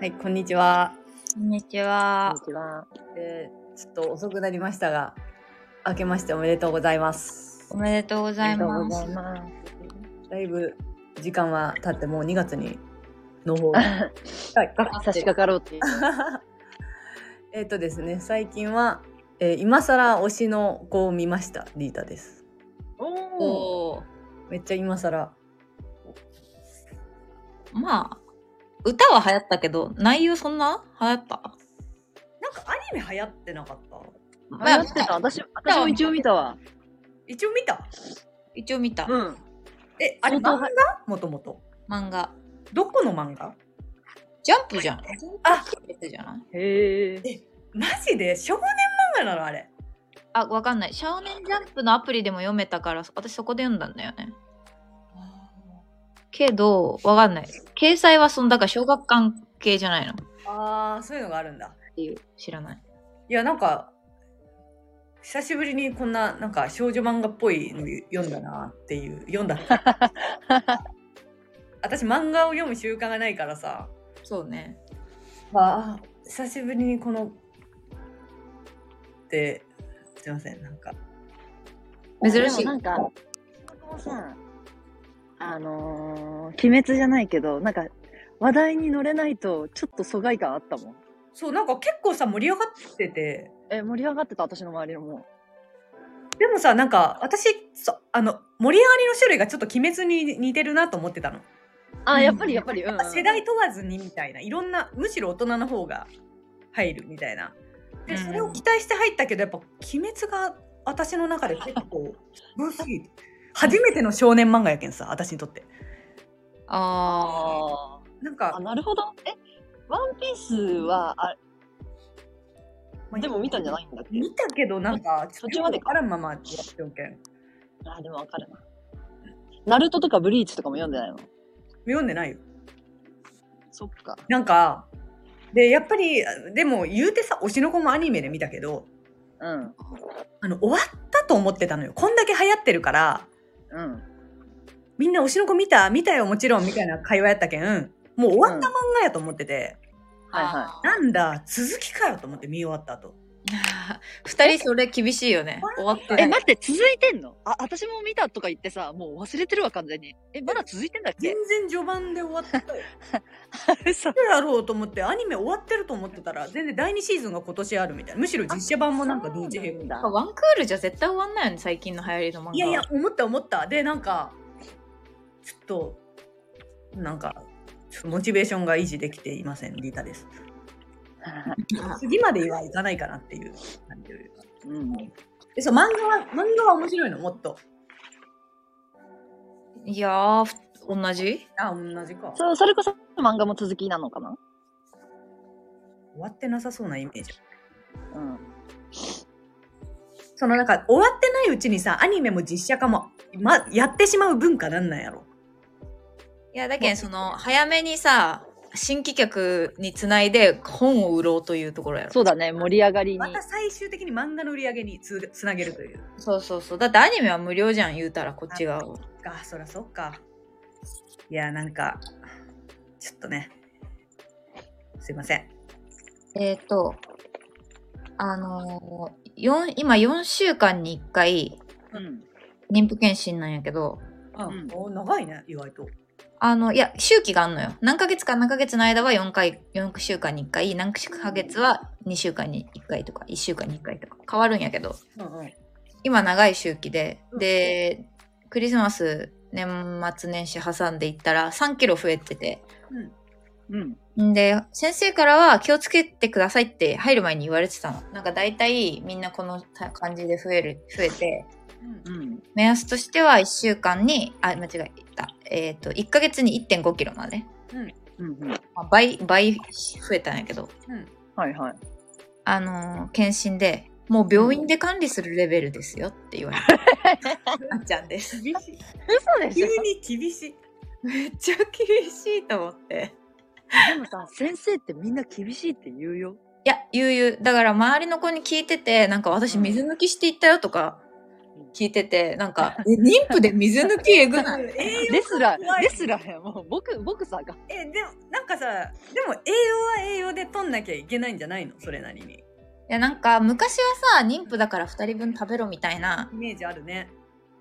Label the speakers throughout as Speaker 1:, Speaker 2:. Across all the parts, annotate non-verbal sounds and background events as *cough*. Speaker 1: はい、こんにちは。
Speaker 2: こんにち
Speaker 3: こん
Speaker 2: は
Speaker 3: に。ちは。
Speaker 1: えーちょっと遅くなりましたが、明けましておめでとうございます
Speaker 2: お。めでとうございます。
Speaker 3: ありがとうござい
Speaker 1: だいぶ時間は経ってもう2月にの方が
Speaker 3: ま
Speaker 1: 近い
Speaker 3: す。差し掛かろうっていう。
Speaker 1: *laughs* えっとですね、最近は、えー今更推しの子を見ました、リータです。
Speaker 3: おお。
Speaker 2: おー
Speaker 1: めっちゃ今更。
Speaker 2: まあ、歌は流行ったけど、内容そんな流行った
Speaker 1: なんかアニメ流行ってなかった
Speaker 3: 流行ってた。私、私も一応見たわ。
Speaker 1: 一応見た
Speaker 2: 一応見た。
Speaker 3: うん。
Speaker 1: え、あれ漫
Speaker 3: 相当
Speaker 1: 画
Speaker 3: は
Speaker 1: もともと。
Speaker 2: 漫画。
Speaker 1: どこの漫画
Speaker 2: ジャンプじゃん。
Speaker 1: あ
Speaker 2: ジャンプじゃない
Speaker 3: へえ。
Speaker 1: マジで少年漫画なのあれ。
Speaker 2: あ、わかんない。少年ジャンプのアプリでも読めたから、私そこで読んだんだよね。けど、わかんない。掲載はその、だから小学館系じゃないのっ
Speaker 1: あー、そういうのがあるんだ。
Speaker 2: ていう、知らない。
Speaker 1: いやなんか久しぶりにこんななんか少女漫画っぽいの読んだなっていう読んだ私漫画を読む習慣がないからさ、
Speaker 2: そうね。
Speaker 1: まあ、久しぶりにこのってすいませんなんか
Speaker 2: 珍し
Speaker 3: で
Speaker 2: い
Speaker 3: も。なんか、そもそもさ、あのー、鬼滅じゃないけど、なんか、話題に乗れないと、ちょっと疎外感あったもん。
Speaker 1: そうなんか結構さ盛り上がってて
Speaker 3: え、盛り上がってた、私の周りのも
Speaker 1: でもさなんか私そあの盛り上がりの種類がちょっと鬼滅に似てるなと思ってたの、
Speaker 3: あ、
Speaker 2: うん
Speaker 3: やっぱり、やっぱり、うんうん。
Speaker 1: 世代問わずにみたいないろんなむしろ大人の方が入るみたいなで
Speaker 2: うん
Speaker 1: それを期待して入ったけどやっぱ「鬼滅」が私の中で結構分すぎて初めての少年漫画やけんさ私にとって
Speaker 2: あ
Speaker 3: あ
Speaker 1: なん
Speaker 3: ーあ、
Speaker 1: か
Speaker 3: なるほど。え、ワンピースは、あでも見たんじゃないんだっけ
Speaker 1: 見たけどなんかちょ
Speaker 3: 途
Speaker 1: っと
Speaker 3: 中
Speaker 1: よ
Speaker 3: ま
Speaker 1: く
Speaker 3: で
Speaker 1: わ
Speaker 3: か
Speaker 1: からんままやっておけん
Speaker 3: あー、でもわかるな。ナルトとかブリーチとかも読んでないの
Speaker 1: 読んでないよ
Speaker 3: そっか。
Speaker 1: なんかでやっぱりでも言うてさ推しの子もアニメで見たけど
Speaker 3: うん。
Speaker 1: あの終わったと思ってたのよこんだけ流行ってるから
Speaker 3: うん。
Speaker 1: みんな推しの子見た見たよもち *laughs* ろんみたいな会話やったけんもう終わった漫画やと思ってて、
Speaker 2: あ。
Speaker 3: はいは
Speaker 1: なんだ続きかよと思って見終わった後
Speaker 2: *laughs* 二人それ厳しいよね。終わって
Speaker 3: え、
Speaker 2: ない。
Speaker 3: 待って、続いてんのあ、私も見たとか言ってさ、もう忘れてるわ、完全に。え、まだ続いてんだっ
Speaker 1: 全
Speaker 3: け
Speaker 1: 然序盤で終わったよ
Speaker 3: *laughs* 嘘
Speaker 1: どうやろうと思ってアニメ終わってると思ってたら全然第2シーズンが今年あるみたいなむしろ実写版もなんか同時並行
Speaker 3: だ
Speaker 2: ワンクールじゃ絶対終わんないよね、最近の流行りの漫画は。
Speaker 1: いやいや思った思ったでなんかちょっとなんかちょっとモチベーションが維持できていませんリータです次まではいかないかなっていう感じというか
Speaker 3: うん。
Speaker 1: でそう漫画は漫画は面白いのもっと
Speaker 2: いやー、ふ同じ
Speaker 1: あ同じか終
Speaker 3: そう、それこそ漫画も続きなのかな
Speaker 1: わってなさそうなイメージ
Speaker 3: うん。
Speaker 1: そのなんか終わってないうちにさアニメも実写化も、ま、やってしまう文化なんなんやろ
Speaker 2: いや、だけん、その、早めにさ、新規客につないで本を売ろうというところやろ。
Speaker 3: そうだね、盛り上がりに。
Speaker 1: また最終的に漫画の売り上げにつつなげるという
Speaker 2: そうそうそう。だってアニメは無料じゃん、言うたら、こっち側は。
Speaker 1: かそらそっかいやなんかちょっとねすいません
Speaker 2: えっ、ー、と、あのー、四今4週間に1回、
Speaker 3: うん。
Speaker 2: 妊婦検診なんやけど、
Speaker 1: あ、
Speaker 3: うん
Speaker 1: お長いね意外と
Speaker 2: あの、いや、周期があんのよ。何ヶ月か何ヶ月の間は4回、4週間に1回、何ヶ月は2週間に1回とか、1週間に1回とか、変わるんやけど、
Speaker 1: うんうん
Speaker 2: 今長い周期で、
Speaker 1: うん
Speaker 2: で、クリスマス、年末年始挟んでいったら3キロ増えてて、
Speaker 3: うん。
Speaker 2: んで、先生からは気をつけてくださいって入る前に言われてたの。なんか大体みんなこのた感じで増える、増えて、
Speaker 3: うん。
Speaker 2: 目安としては1週間に、あ、間違えた。えっ、と、1ヶ月に1.5キロまで。
Speaker 3: うん。うん。
Speaker 2: まあ倍、倍増えたんやけど、
Speaker 3: はいはい。
Speaker 2: あのー検診で、もう病院で管理するレベルですよって言われた。あっちゃんです。
Speaker 1: 厳しい
Speaker 3: 嘘で
Speaker 1: 急
Speaker 3: しょ
Speaker 1: に厳しい
Speaker 2: *laughs* めっちゃ厳しいと思って。
Speaker 3: でもさ、先生ってみんな厳しいって言うよ。
Speaker 2: いや、ゆうゆう。だから周りの子に聞いてて、なんか私水抜きしていったよとか、聞いてて、なん *laughs* か、え妊婦で水抜きえぐ *laughs* ない。
Speaker 1: 栄養
Speaker 3: ですら
Speaker 1: 怖い
Speaker 3: ですらやもう僕僕さが
Speaker 1: えでもなんかさでも栄養は栄養で取んなきゃいけないんじゃないのそれなりに
Speaker 2: いや、なんか、昔はさ、妊婦だから2人分食べろみたいな
Speaker 1: イメージあるね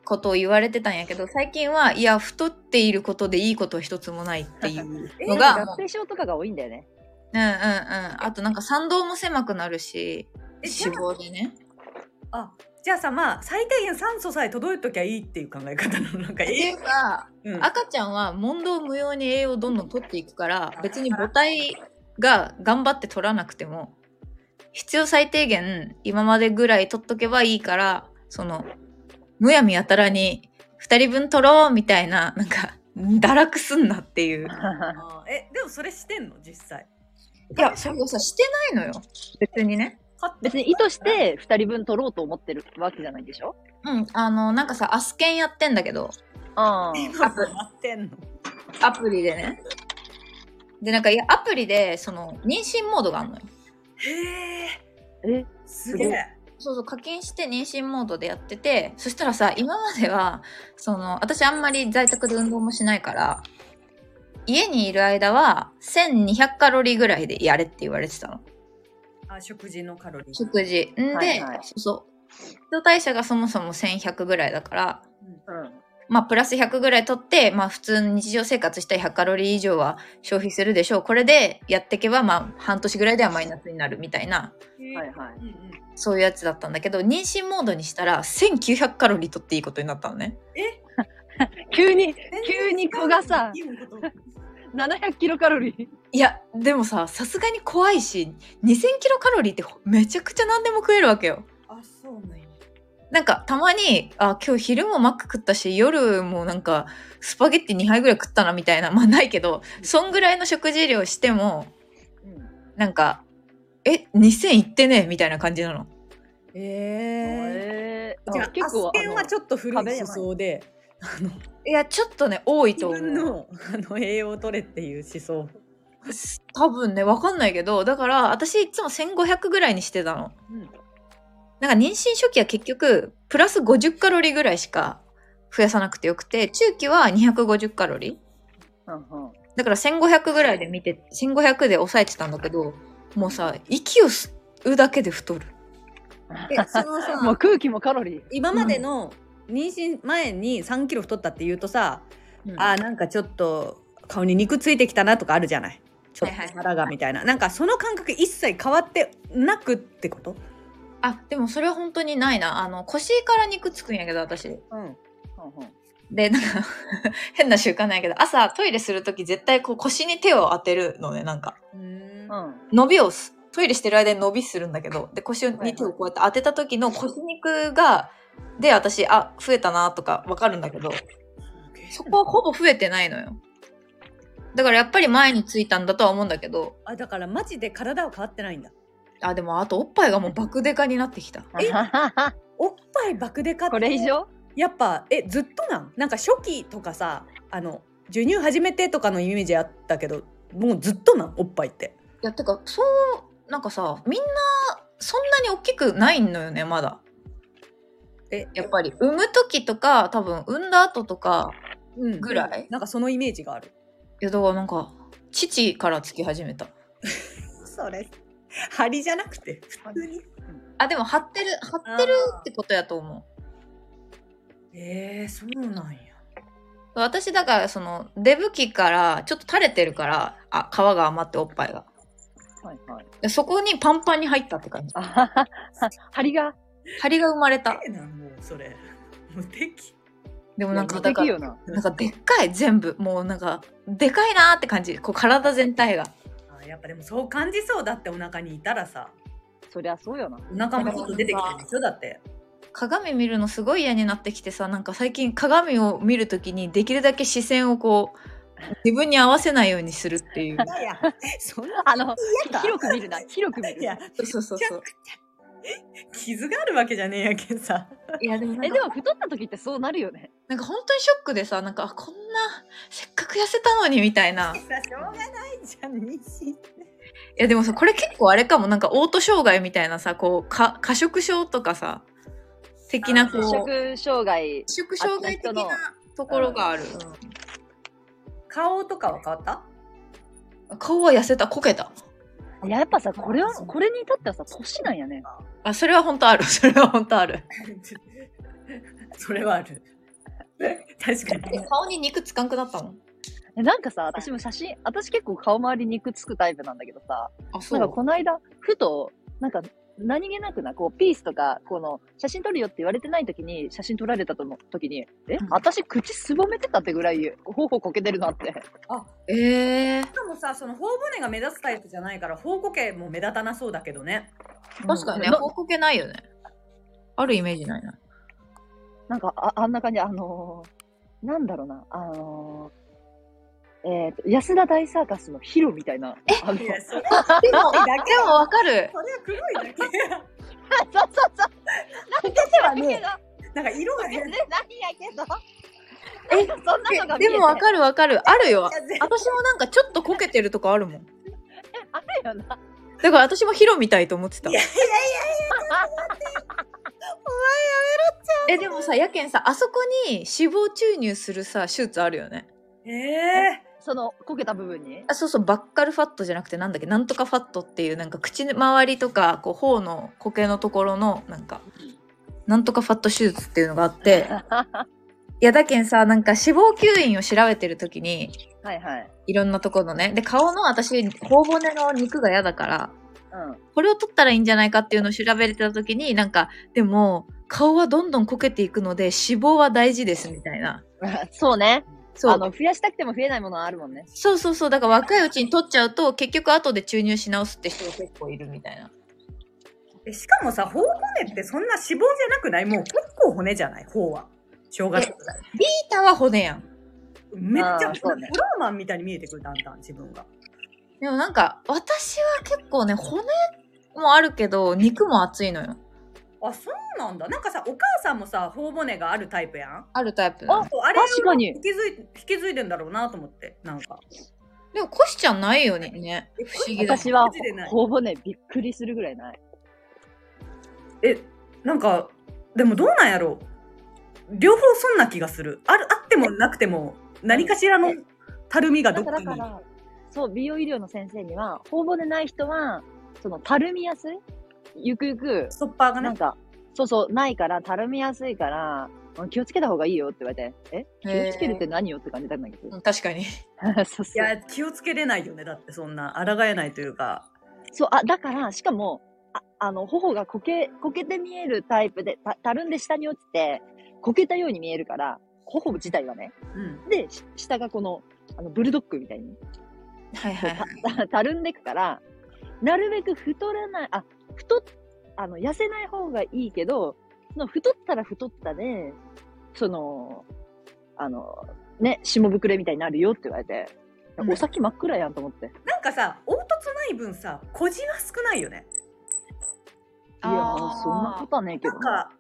Speaker 2: ことを言われてたんやけど、最近は、いや、太っていることでいいことは一つもないって *laughs* いうの
Speaker 1: あ
Speaker 2: が、
Speaker 3: 合併症とかが多いんだよ *laughs* ね。
Speaker 2: うんうんうん。あとなんか賛同も狭くなるし、
Speaker 1: えじゃ
Speaker 2: 脂肪でね。
Speaker 1: ああじゃあさまあ最低限酸素さえ届いときゃいいっていう考え方なのなんか
Speaker 2: ってい
Speaker 1: え、
Speaker 2: うか、
Speaker 1: うん、
Speaker 2: 赤ちゃんは問答無用に栄養をどんどん取っていくから、別に母体が頑張って取らなくても、必要最低限今までぐらい取っとけばいいから、その、むやみやたらに2人分取ろうみたいな、なんか、堕落すんなっていう。
Speaker 1: あーえでもそれしてんの実際
Speaker 2: いや、それをさ、してないのよ。別にね。
Speaker 1: 勝手
Speaker 3: 別に意図して2人分取ろうと思ってるわけじゃないでしょ
Speaker 2: うん、あの、なんかさ、アスケンやってんだけど、
Speaker 3: あ
Speaker 1: 今もやってんの
Speaker 2: アプリでね。で、なんか、いや、アプリで、その、妊娠モードがあるのよ。
Speaker 1: へえ
Speaker 3: え
Speaker 1: すげえ
Speaker 2: そうそう、課金して妊娠モードでやってて、そしたらさ、今までは、その、私あんまり在宅で運動もしないから、家にいる間は、1200カロリーぐらいでやれって言われてたの。
Speaker 1: あ食事のカロリー、
Speaker 2: 食事。んで、
Speaker 3: はいはい
Speaker 2: そうそう。基礎代謝がそもそも1100ぐらいだから、
Speaker 1: うん
Speaker 3: う
Speaker 2: まあ、プラス100ぐらい取って、まあ、普通の日常生活したら100カロリー以上は消費するでしょう。これでやっていけば、まあ、半年ぐらいではマイナスになるみたいな、
Speaker 3: ん、はいはい
Speaker 1: うんうん、
Speaker 2: そういうやつだったんだけど、妊娠モードにしたら、1900カロリー取っていいことになったのね。
Speaker 3: 急に急に子がさ
Speaker 1: いいこと
Speaker 3: 700キロカロリー
Speaker 2: いや、でもさ、さすがに怖いし、2000キロカロリーってほめちゃくちゃ何でも食えるわけよ。
Speaker 1: あそうなんや
Speaker 2: なんか、たまに、あ、今日昼もマック食ったし、夜もなんか、スパゲッティ2杯ぐらい食ったな、みたいな。まあ、ないけど、そんぐらいの食事量しても、なんか、え、2000いってねみたいな感じなの。
Speaker 1: ええ
Speaker 3: え
Speaker 1: じゃ
Speaker 3: ー
Speaker 1: あ
Speaker 3: あ結
Speaker 1: 結
Speaker 3: 構
Speaker 1: 構ア
Speaker 3: あ
Speaker 1: スケンは
Speaker 3: の
Speaker 1: ちょっと古い思想で
Speaker 2: いや、ちょっとね、多い
Speaker 1: 自
Speaker 2: と思
Speaker 1: 分
Speaker 2: う。
Speaker 1: のあの栄養を取れっていう思想
Speaker 2: 多分ね、わかんないけど、だから、私いつも1500ぐらいにしてたの。
Speaker 1: うん
Speaker 2: なんか妊娠初期は結局プラス50カロリーぐらいしか増やさなくてよくて中期は250カロリー
Speaker 3: うんうん
Speaker 2: だから1500ぐらいで見て1500で抑えてたんだけどもうさ息を吸うだけで太る
Speaker 1: でそのさ
Speaker 3: もう空気もカロリー
Speaker 1: 今までの妊娠前に3キロ太ったって言うとさ、あーなんかちょっと顔に肉ついてきたなとかあるじゃないちょっ
Speaker 2: はいはい
Speaker 1: と腹がみたいな、なんかその感覚一切変わってなくってこと、
Speaker 2: あでもそれは本当にないなあの腰から肉つくんやけど
Speaker 1: う
Speaker 2: 私
Speaker 1: ん、
Speaker 3: うんうん
Speaker 2: でなんか *laughs* 変な習慣なんやけど朝トイレする時絶対こう腰に手を当てるのねなんか
Speaker 3: うん
Speaker 2: 伸びをすトイレしてる間に伸びするんだけどで腰に手をこうやって当てた時の腰肉がで私あ増えたなとかわかるんだけどそこはほぼ増えてないのよだからやっぱり前についたんだとは思うんだけど
Speaker 1: あだからマジで体は変わってないんだ
Speaker 2: あでもあとおっぱいがもう爆デカになってきた
Speaker 1: おっぱい爆でかって
Speaker 3: *laughs* これ以上
Speaker 1: やっぱえずっとなんなんか初期とかさあの授乳始めてとかのイメージあったけどもうずっとなんおっぱいって
Speaker 2: いやてかそうなんかさみんなそんなに大きくないのよねまだ
Speaker 1: え
Speaker 2: やっぱり産む時とか多分産んだ後とか
Speaker 1: うん
Speaker 2: ぐらい
Speaker 1: なんかそのイメージがある
Speaker 2: いやだからなんか父からつき始めた
Speaker 1: それ張りじゃなくて普通に
Speaker 2: あでも張ってる張ってるってことやと思う
Speaker 1: えー、そうなんや
Speaker 2: 私だからそのデブ期からちょっと垂れてるからあ皮が余っておっぱいが
Speaker 3: はいはい
Speaker 2: でそこにパンパンに入ったって感じ
Speaker 3: あはは張りが
Speaker 2: 張りが生まれた
Speaker 1: ええなもうそれ *laughs* 無敵
Speaker 2: でもなんか
Speaker 3: 無
Speaker 2: だか
Speaker 3: 敵
Speaker 2: ら
Speaker 3: よな
Speaker 2: なんかでっかい全部もうなんかでかいなーって感じこう体全体が
Speaker 1: あやっぱでもそう感じそうだってお腹にいたらさ
Speaker 3: そりゃそうよな
Speaker 1: お腹もちょっと出てきてるでしょだって
Speaker 2: 鏡見るのすごい嫌になってきてさなんか最近鏡を見るときにできるだけ視線をこう自分に合わせないようにするっていう
Speaker 1: いや *laughs* そんな
Speaker 3: あの
Speaker 1: 嫌だ
Speaker 3: 広く見るな広く見
Speaker 1: いや
Speaker 2: *laughs*
Speaker 3: る
Speaker 2: そうそうそうそう
Speaker 1: 傷があるわけじゃねえやけんさ
Speaker 2: いやでもなん
Speaker 3: え
Speaker 2: か
Speaker 3: でも太った時ってそうなるよね
Speaker 2: なんか本当にショックでさなんかあこんなせっかく痩せたのにみたい
Speaker 1: さ
Speaker 2: な
Speaker 1: しょうがないじゃん妊娠
Speaker 2: いやでもさこれ結構あれかもなんかオート障害みたいなさこうか過食症とかさ的なこう
Speaker 3: 摂食障害
Speaker 2: 摂食障害的
Speaker 3: あ
Speaker 2: な
Speaker 3: った人
Speaker 2: ところがある、
Speaker 1: 顔とかは変わった *laughs*
Speaker 2: 顔は痩せたこけた
Speaker 3: いややっぱさこれはこれに至ってはさ年なんやね
Speaker 2: あそれは本当ある *laughs* それは本当ある
Speaker 1: それはある。確かに。
Speaker 2: 顔に肉つかんくなったもん
Speaker 3: えなんかさ私も写真私結構顔周り肉つくタイプなんだけどさ
Speaker 2: あそ
Speaker 3: な
Speaker 2: うん
Speaker 3: かこの間ふとなんか何気なくなこうピースとかこの写真撮るよって言われてない時に写真撮られたとの時にえ、
Speaker 2: うん
Speaker 3: 私口すぼめてたってぐらい頬こけてるなって
Speaker 2: ええ
Speaker 1: しかもさ、その頬骨が目立つタイプじゃないから、頬骨も目立たなそうだけどね。
Speaker 2: 確かにね
Speaker 3: な
Speaker 2: 報告ないよねあるイメージないな
Speaker 3: なんかああんな感じあのーなんだろうなあのーえっ、と安田大サーカスのヒロみたいなえあの
Speaker 1: いや、それ、
Speaker 2: でも
Speaker 1: だけ
Speaker 2: でもわかる
Speaker 1: それは黒いだけ。
Speaker 3: そうそう *laughs* そう。なんか
Speaker 1: はね *laughs* なんか色が
Speaker 3: けど、
Speaker 1: 変。
Speaker 3: ね、なんやけど。え、そんなのが見え
Speaker 2: で
Speaker 3: て
Speaker 2: もわかるわかるあるよ
Speaker 1: いやぜ
Speaker 2: 私もなんかちょっとこけてるとかあるもん
Speaker 3: あるよな。
Speaker 2: だから私もヒロみたいと思ってた
Speaker 1: いや
Speaker 2: えでもさやけんさあそこに脂肪注入するさ手術あるよね
Speaker 1: え
Speaker 3: そのこけた部分に。
Speaker 2: あそうそうバッカルファットじゃなくてなんだっけなんとかファットっていうなんか口の周りとかこう頬の苔のところのなんかなんとかファット手術っていうのがあっていやだけんさなんか脂肪吸引を調べてる時に
Speaker 3: はいはい。
Speaker 2: いろんなところのねで顔の私頬骨の肉が嫌だから
Speaker 3: うん。
Speaker 2: これを取ったらいいんじゃないかっていうのを調べてた時になんかでも顔はどんどんこけていくので脂肪は大事ですみたいな
Speaker 3: *laughs* そうね。
Speaker 2: そ
Speaker 3: あ
Speaker 2: う
Speaker 3: の増やしたくても増えないものはあるもんね。
Speaker 2: そうそうそうだから若いうちに取っちゃうと結局後で注入し直すって人が結構いるみたいな
Speaker 1: ーえしかもさ、頬骨ってそんな脂肪じゃなくないもう結構骨じゃない頬は。正月ぐらい。
Speaker 2: ビータは骨やん
Speaker 1: めっちゃ、
Speaker 3: あー
Speaker 1: フ
Speaker 3: そ
Speaker 1: ロ
Speaker 3: うね
Speaker 1: ーマンみたいに見えてくる、だんだん自分が。
Speaker 2: でもなんか私は結構ね骨もあるけど肉も厚いのよ
Speaker 1: あ、そうなんだ。なんかさ、お母さんもさ、頬骨があるタイプやん。
Speaker 2: あるタイプなの
Speaker 3: あ
Speaker 1: そうあれを
Speaker 3: 確かに
Speaker 1: 引き継い引き継いでんだろうなと思って、なんか。
Speaker 2: でもコシちゃんないよね不思議だね
Speaker 3: 私は
Speaker 1: マジでない
Speaker 3: ほぼねびっくりするぐらいない。
Speaker 1: えなんかでもどうなんやろう両方そんな気がするあるあってもなくても何かしらのたるみがど
Speaker 3: だ
Speaker 1: っか
Speaker 3: か
Speaker 1: らに
Speaker 3: だからそう美容医療の先生にはほぼでない人はそのたるみやすい。ゆくゆく
Speaker 1: ストッパーが
Speaker 3: なん
Speaker 1: ね
Speaker 3: か、そうそう、ないから、たるみやすいから、うん気をつけた方がいいよって言われて、え気をつけるって何よって感じだったんだけど。
Speaker 2: うん確
Speaker 3: *laughs*
Speaker 2: かに
Speaker 3: そう
Speaker 1: い
Speaker 3: そう。
Speaker 1: や気をつけれないよねだってそんな抗えないというか
Speaker 3: そう、あ、だから、しかも、ああの、頬がこけ、こけて見えるタイプで、たたるんで下に落ちて、こけたように見えるから、頬自体はね。
Speaker 1: うん
Speaker 3: で、し下がこの、あの、ブルドッグみたいに、
Speaker 2: はいはいはい
Speaker 3: たたるんでくから、なるべく太らない、あ、太っ、あの、痩せない方がいいけど、その太ったら太ったで、その、あの、ね、下膨れみたいになるよって言われて、
Speaker 2: うん
Speaker 3: お先真っ暗やんと思って。
Speaker 1: なんかさ凹凸ない分さ小じは少ないよね
Speaker 2: あー
Speaker 3: いやー、そんなことはねえけ
Speaker 1: な
Speaker 3: ど
Speaker 1: ん
Speaker 3: な。
Speaker 1: か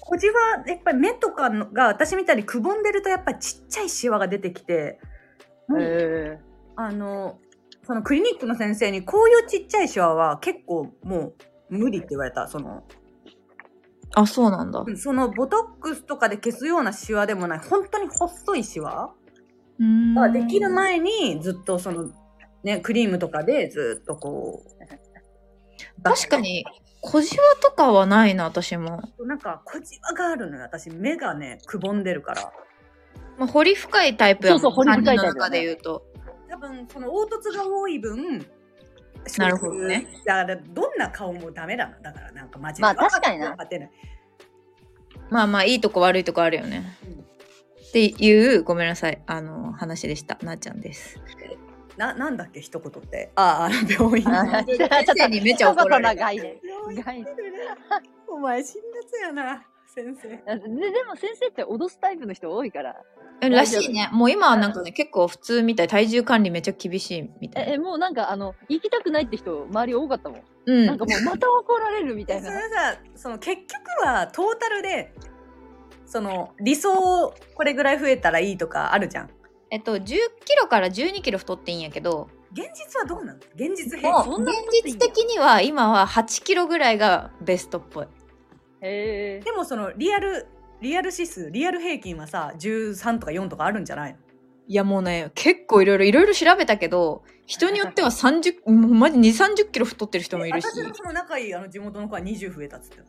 Speaker 1: 小じはやっぱり目とかのが私みたいにくぼんでるとやっぱりちっちゃいシワが出てきてもう
Speaker 3: え
Speaker 1: あの、そのクリニックの先生に、こういうちっちゃいシワは結構もう無理って言われた。その、
Speaker 2: あそうなんだ
Speaker 1: そのボトックスとかで消すようなシワでもない、本当に細いシワ
Speaker 2: うん
Speaker 1: ができる前に、ずっとその、ね、クリームとかでずっとこう。
Speaker 2: 確かに小じわとかはないな私も、
Speaker 1: なんか、小じわがあるのよ。私、目がね、くぼんでるから。
Speaker 2: まあ、掘り深いタイプやもん
Speaker 3: そうそう掘り深いタイプ
Speaker 2: 三人の中
Speaker 3: だね
Speaker 2: で言うと
Speaker 1: 多分、その凹凸が多い分、
Speaker 2: なるほどね。
Speaker 1: だから、どんな顔もダメだな。だから、なんかマジで。
Speaker 3: まあ確かにな
Speaker 1: 勝てない。
Speaker 2: まあまあいいとこ悪いとこあるよね
Speaker 1: うん
Speaker 2: っていうごめんなさいあの話でしたなっちゃん
Speaker 3: *laughs*
Speaker 2: です
Speaker 1: な、なんだっけ、一言って。ああ、 *laughs* 病院
Speaker 3: ー、
Speaker 1: の
Speaker 2: *laughs*
Speaker 3: あーちょっと
Speaker 2: 先生にめっちゃ怒られる
Speaker 3: ちょっと長いね。長いね
Speaker 1: お前辛辣やな先生
Speaker 3: ででも先生って脅すタイプの人多いから。
Speaker 2: えらしいねもう今はなんかね結構普通みたい体重管理めっちゃ厳しいみたい
Speaker 3: え、
Speaker 2: な
Speaker 3: えもうなんかあの、行きたくないって人、周り多かったもん。
Speaker 2: う
Speaker 3: なん
Speaker 2: ん
Speaker 3: かもうまた怒られるみたい
Speaker 1: そ
Speaker 3: な
Speaker 1: れ。さその結局はトータルでその理想これぐらい増えたらいいとかあるじゃん
Speaker 2: えっと1 0キロから1 2キロ太っていいんやけど
Speaker 1: 現実はどうなの現実
Speaker 2: も
Speaker 1: 平
Speaker 2: う
Speaker 1: 均
Speaker 3: そんな
Speaker 2: 現
Speaker 3: 太っていいん
Speaker 2: 実
Speaker 3: や
Speaker 2: 的には今は8キロぐらいがベストっぽい
Speaker 3: へえ。
Speaker 1: でもそのリアルリアル指数リアル平均はさ13とか4とかあるんじゃないの
Speaker 2: いやもうね結構いろいろいろいろ調べたけど人によっては30もうマジ2 3 0キロ太ってる人もいるし
Speaker 1: 私のその仲いいあの地元の子は20増えたっつってた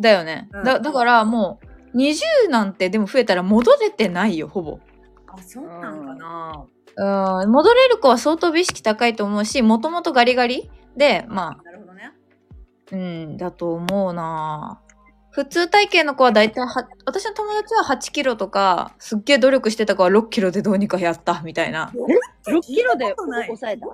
Speaker 2: だよね、
Speaker 1: うん
Speaker 2: だだからもう20なんてでも増えたら戻れてないよほぼ
Speaker 1: あそうなんかな、
Speaker 2: うん戻れる子は相当美意識高いと思うしもともとガリガリでまあ
Speaker 1: なるほどね
Speaker 2: うん、だと思うなぁ普通体型の子は大体は、私の友達は8キロとか、すっげえ努力してた子は6キロでどうにかやった、みたいな。
Speaker 3: 6キロ
Speaker 1: 聞い
Speaker 3: で
Speaker 1: たことない
Speaker 3: 抑えた。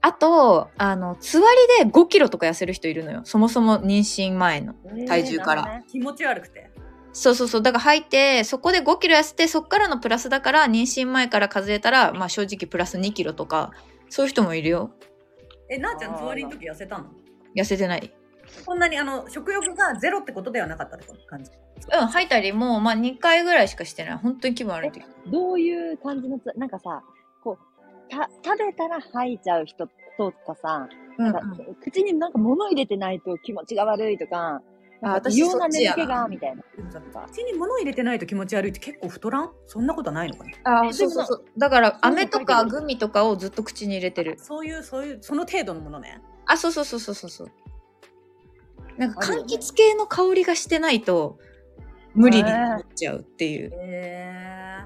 Speaker 2: あと、あの、つわりで5キロとか痩せる人いるのよ。そもそも妊娠前の。体重から
Speaker 3: へー。なるほどね
Speaker 1: 気持ち悪くて
Speaker 2: そうそうそう。だから入って、そこで5キロ痩せて、そっからのプラスだから、妊娠前から数えたら、まあ正直プラス2キロとか、そういう人もいるよ。
Speaker 1: えなあちゃんつわりの時痩せたの
Speaker 2: 痩せてない。
Speaker 1: こんなにあの食欲がゼロってことではなかったって感じ
Speaker 2: うん、吐いたりも、まあ2回ぐらいしかしてない。本当に気分悪い時。
Speaker 3: どういう感じのつ、なんかさ、こう、た、食べたら吐いちゃう人とかさ、
Speaker 2: うん、う
Speaker 3: なんんか口になんか物入れてないと気持ちが悪いとか、
Speaker 2: あ
Speaker 3: なんか
Speaker 2: 私
Speaker 3: 異様な
Speaker 2: そっち
Speaker 3: 眠
Speaker 2: やな
Speaker 3: 気が、みたいな。
Speaker 1: でもさ口に物入れてないと気持ち悪いって結構太らんそんなことはないのかね
Speaker 2: あ
Speaker 3: え
Speaker 2: そうそうそうだから飴とかグミとかをずっと口に入れてる
Speaker 1: そういうそういうその程度のものね
Speaker 2: あそうそうそうそうそうそうなんか
Speaker 3: ある
Speaker 2: 柑
Speaker 3: よね
Speaker 2: 橘系の香りがしてないと無理になっちゃうっていう
Speaker 1: へえ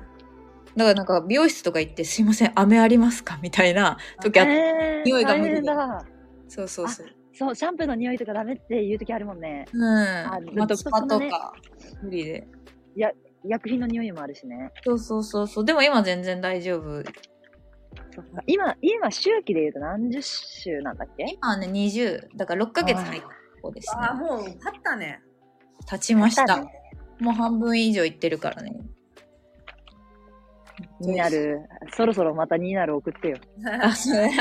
Speaker 2: だからなんか美容室とか行って「すいません飴ありますか?」みたいな時あっ
Speaker 3: えー
Speaker 2: 匂いが
Speaker 3: 大
Speaker 2: 無理
Speaker 3: 変だ。
Speaker 2: そうそうそう
Speaker 3: そう、シャンプーの匂いとかダメっていう時あるもんね。
Speaker 2: うんあ
Speaker 3: ずっと
Speaker 2: とスパと
Speaker 3: そのね
Speaker 2: か無理で
Speaker 3: 薬品の匂いもあるしね。
Speaker 2: そうそうそうそうでも今全然大丈夫
Speaker 3: そっか今、今、周期で言うと何十週なんだっけ
Speaker 2: 今はね20だから6ヶ月入った方です
Speaker 1: あー
Speaker 2: ね
Speaker 1: もう立ったね
Speaker 2: 経ちまし
Speaker 3: だ
Speaker 2: た
Speaker 3: ね
Speaker 2: もう半分以上いってるからね
Speaker 3: になる。そろそろまたになる送ってよ。
Speaker 2: あそう *laughs* ね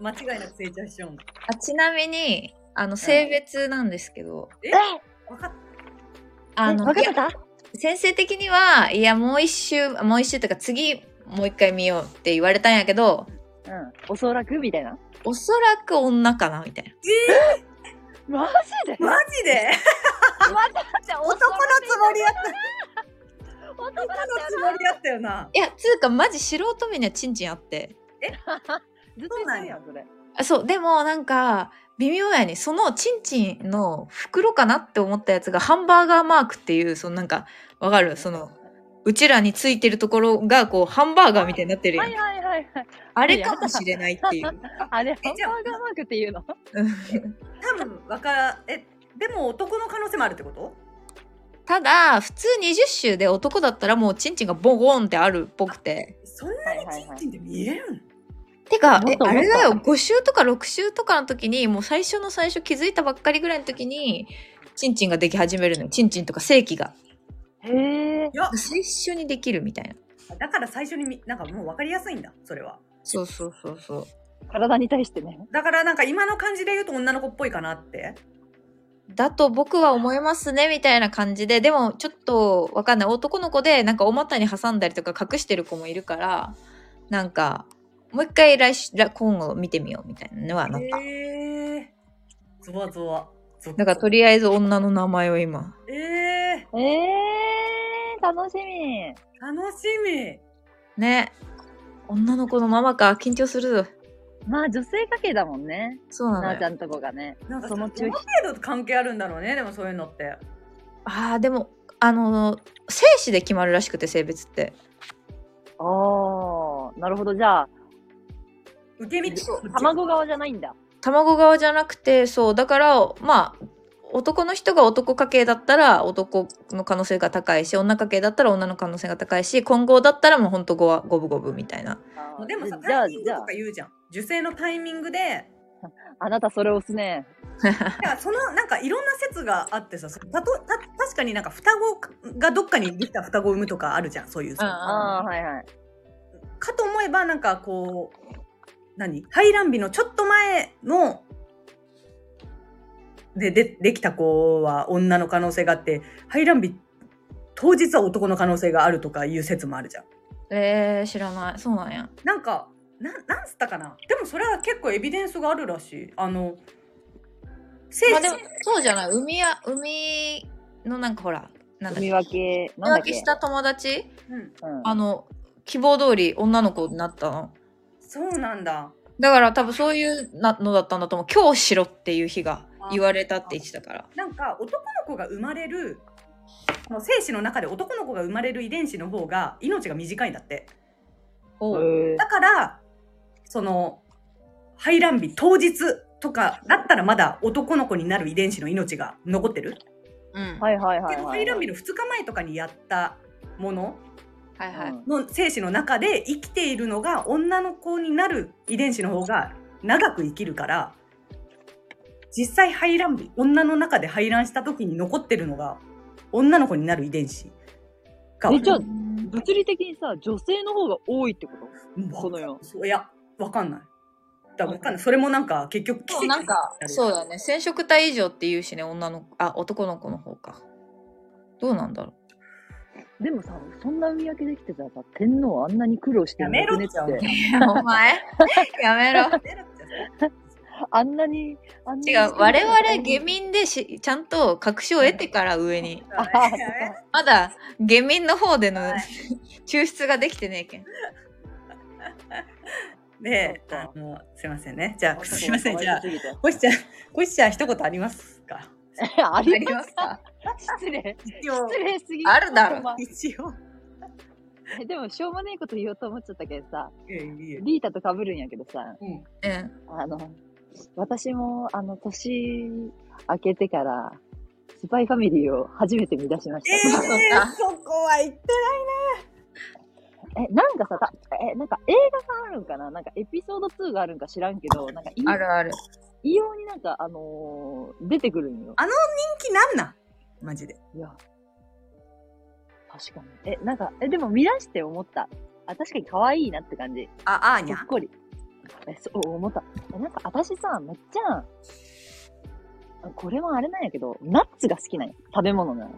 Speaker 1: ま、間違いなく成長しちゃうんだ
Speaker 2: あちなみにあの性別なんですけど、
Speaker 1: え分かっ
Speaker 2: あ
Speaker 3: えわ
Speaker 2: の
Speaker 3: かっ
Speaker 2: い
Speaker 3: て
Speaker 2: や
Speaker 3: た
Speaker 2: 先生的にはいやもう一周もう一周とか次もう一回見ようって言われたんやけど
Speaker 3: うん。おそらくみたいな。
Speaker 2: おそらく女かなみたいな
Speaker 3: マジで
Speaker 1: マジで男のつもりやった
Speaker 3: 男の
Speaker 1: 男のつもりやったよない
Speaker 2: やつうかマジ素人目にはチンチンあって
Speaker 3: ずっと言ってるやん、それ。
Speaker 2: あそうでもなんか微妙やにそのチンチンの袋かなって思ったやつがハンバーガーマークっていうそのなんかわかるそのうちらについてるところがこうハンバーガーみたいになってるや
Speaker 3: は
Speaker 2: ん
Speaker 3: いはいはいはい。
Speaker 2: あれかもしれないっていう。
Speaker 3: あれ、ハ
Speaker 1: え
Speaker 3: ン
Speaker 1: じゃあ
Speaker 3: バーガーマークっていうの
Speaker 1: 多分わからえでも男の可能性もあるってこと
Speaker 2: ただ普通20周で男だったらもうチンチンがボゴーンってあるっぽくて
Speaker 1: そんな
Speaker 3: はいはいはい
Speaker 1: チンって見えるん
Speaker 2: てか
Speaker 3: もっ
Speaker 2: え
Speaker 3: ともっと
Speaker 2: あれだよ5周とか6周とかの時にもう最初の最初気づいたばっかりぐらいの時にチンチンができ始めるのよチンチンとか性器が
Speaker 3: へえ。
Speaker 1: いや
Speaker 2: 最初にできるみたいな
Speaker 1: だから最初にみなんかもう分かりやすいんだそれは
Speaker 2: そうそうそうそう
Speaker 3: 体に対してね。
Speaker 1: だからなんか今の感じで言うと女の子っぽいかなって
Speaker 2: だと僕は思いますねみたいな感じででもちょっとわかんない男の子でなんかお股に挟んだりとか隠してる子もいるからなんかもう一回来週来今後見てみようみたいなのはなった。
Speaker 1: へえゾワゾワゾ
Speaker 2: だからとりあえず女の名前を今。
Speaker 1: えー、
Speaker 3: ええー、楽しみ。
Speaker 1: 楽しみ
Speaker 2: ね。女の子のままか。緊張するぞ。
Speaker 3: まあ女性家系だもんね。
Speaker 2: そうな
Speaker 3: な
Speaker 2: の
Speaker 3: あちゃ
Speaker 2: よ。
Speaker 3: んとこがね。
Speaker 1: なんか
Speaker 3: そ
Speaker 1: そ
Speaker 3: の
Speaker 1: の
Speaker 3: 中
Speaker 1: 程度と関係あるんだろうねでもそういうのって
Speaker 2: ああ、でも、あの、生死で決まるらしくて、性別って。
Speaker 3: ああ、なるほど。じゃあ、
Speaker 1: 受け身って
Speaker 2: そう
Speaker 3: 卵側じゃないんだ。
Speaker 2: 卵側じゃなくて、そう。だから、まあ、男の人が男家系だったら男の可能性が高いし、女家系だったら女の可能性が高いし、混合だったらもうほんとごわ五分五分みたいな。
Speaker 3: あー
Speaker 1: でもさ
Speaker 3: じゃ
Speaker 1: タ
Speaker 3: あ、
Speaker 1: イミン
Speaker 3: じ
Speaker 1: グ
Speaker 3: ゃ
Speaker 1: と
Speaker 3: あ
Speaker 1: か、言うじゃん受精のタイミングで
Speaker 3: あなたそれ押すね。
Speaker 1: だからそのなんかいろんな説があってさそのたとた確かになんか双子がどっかにできた双子を産むとかあるじゃんそういうさ
Speaker 2: うん
Speaker 3: ああ、はいはい。
Speaker 1: かと思えばなんかこう何排卵日のちょっと前のででできた子は女の可能性があって排卵日当日は男の可能性があるとかいう説もあるじゃん。
Speaker 2: えー、知らない。そうなんや。
Speaker 1: なんかななんつったかなでもそれは結構エビデンスがあるらしい。あのせい
Speaker 2: まあでもそうじゃない海や海のなんかほらなんだっけ
Speaker 3: 見分け、
Speaker 2: 見
Speaker 3: なんだっ
Speaker 2: 分
Speaker 3: け
Speaker 2: けした友達
Speaker 1: うん、
Speaker 3: うん
Speaker 2: あの希望通り女の子になったの
Speaker 1: そうなんだ。
Speaker 2: だから多分そういうなのだったんだと思う今日しろっていう日が言われたって言ってたから
Speaker 1: なんか男の子が生まれるこの精子の中で男の子が生まれる遺伝子の方が命が短いんだって
Speaker 2: おう
Speaker 3: へー
Speaker 1: だからその排卵日当日とかだったらまだ男の子になる遺伝子の命が残ってる、
Speaker 2: うんは
Speaker 3: はいはいはい
Speaker 1: けど
Speaker 3: は
Speaker 1: 排
Speaker 3: い。
Speaker 1: 卵日の2日前とかにやったもの
Speaker 2: いはい
Speaker 3: うん
Speaker 1: の精子の中で生きているのが女の子になる遺伝子の方が長く生きるから実際排卵日女の中で排卵した時に残ってるのが女の子になる遺伝子が
Speaker 3: えじゃあ
Speaker 2: うん
Speaker 3: 物理的にさ、女性の方が多いってことこの世。
Speaker 1: そういやわかんないだわかんないそれもなんか結局
Speaker 2: でもなんかそううだね染色体以上って言うしね女のあ男の子の方かどうなんだろ
Speaker 3: でもさ、そんな見分けできてたらさ、天皇あんなに苦労して
Speaker 1: やめろ
Speaker 3: ね
Speaker 1: っ
Speaker 3: って
Speaker 1: 思う
Speaker 2: う
Speaker 3: て。
Speaker 2: いや *laughs* お前 *laughs* やめろ
Speaker 3: あんなに、あんなに
Speaker 2: 違う我々下民でしちゃんと確証を得てから上に
Speaker 3: あそう
Speaker 2: まだ下民の方での
Speaker 1: はい
Speaker 2: 抽出ができてねえけん
Speaker 1: で
Speaker 3: そっ
Speaker 1: あ
Speaker 3: か
Speaker 1: のすいませんねじゃあ
Speaker 3: か
Speaker 1: すいませんじゃあ
Speaker 3: 可愛すぎて
Speaker 1: こしちゃんこしちゃん一言ありますか
Speaker 3: あ
Speaker 2: あ
Speaker 3: り
Speaker 2: り
Speaker 3: ま
Speaker 2: ますすか
Speaker 3: 失礼。
Speaker 1: 一応
Speaker 3: 失礼すぎ
Speaker 2: あるだろ
Speaker 3: ほんま
Speaker 1: *laughs* 一応
Speaker 3: えでも、しょうもねえこと言おうと思っちゃったけどさ、
Speaker 1: いやいや
Speaker 3: リータと被るんやけどさ、
Speaker 1: うん
Speaker 2: うん
Speaker 3: あの、私も、あの、年明けてから、スパイファミリーを初めて見出しまし
Speaker 1: え
Speaker 3: た。
Speaker 1: ー、 *laughs* そこは言って
Speaker 3: え、なんかさ、たえ、なんか映画があるんかななんかエピソード2があるんか知らんけど、なんかい
Speaker 2: ある *laughs* ある
Speaker 3: 異様になんか、あのー出てくるん
Speaker 1: 人
Speaker 3: よ。
Speaker 1: 気なんなんマジで。
Speaker 3: いや。確かに。え、なんか、え、でも見出して思った。あ、確かに可愛いなって感じ。
Speaker 1: あ、あー
Speaker 3: ほっこり。え、そう、思った。え、なんか私さ、めっちゃ、あこれはあれなんやけど、ナッツが好きなんや。食べ物なの。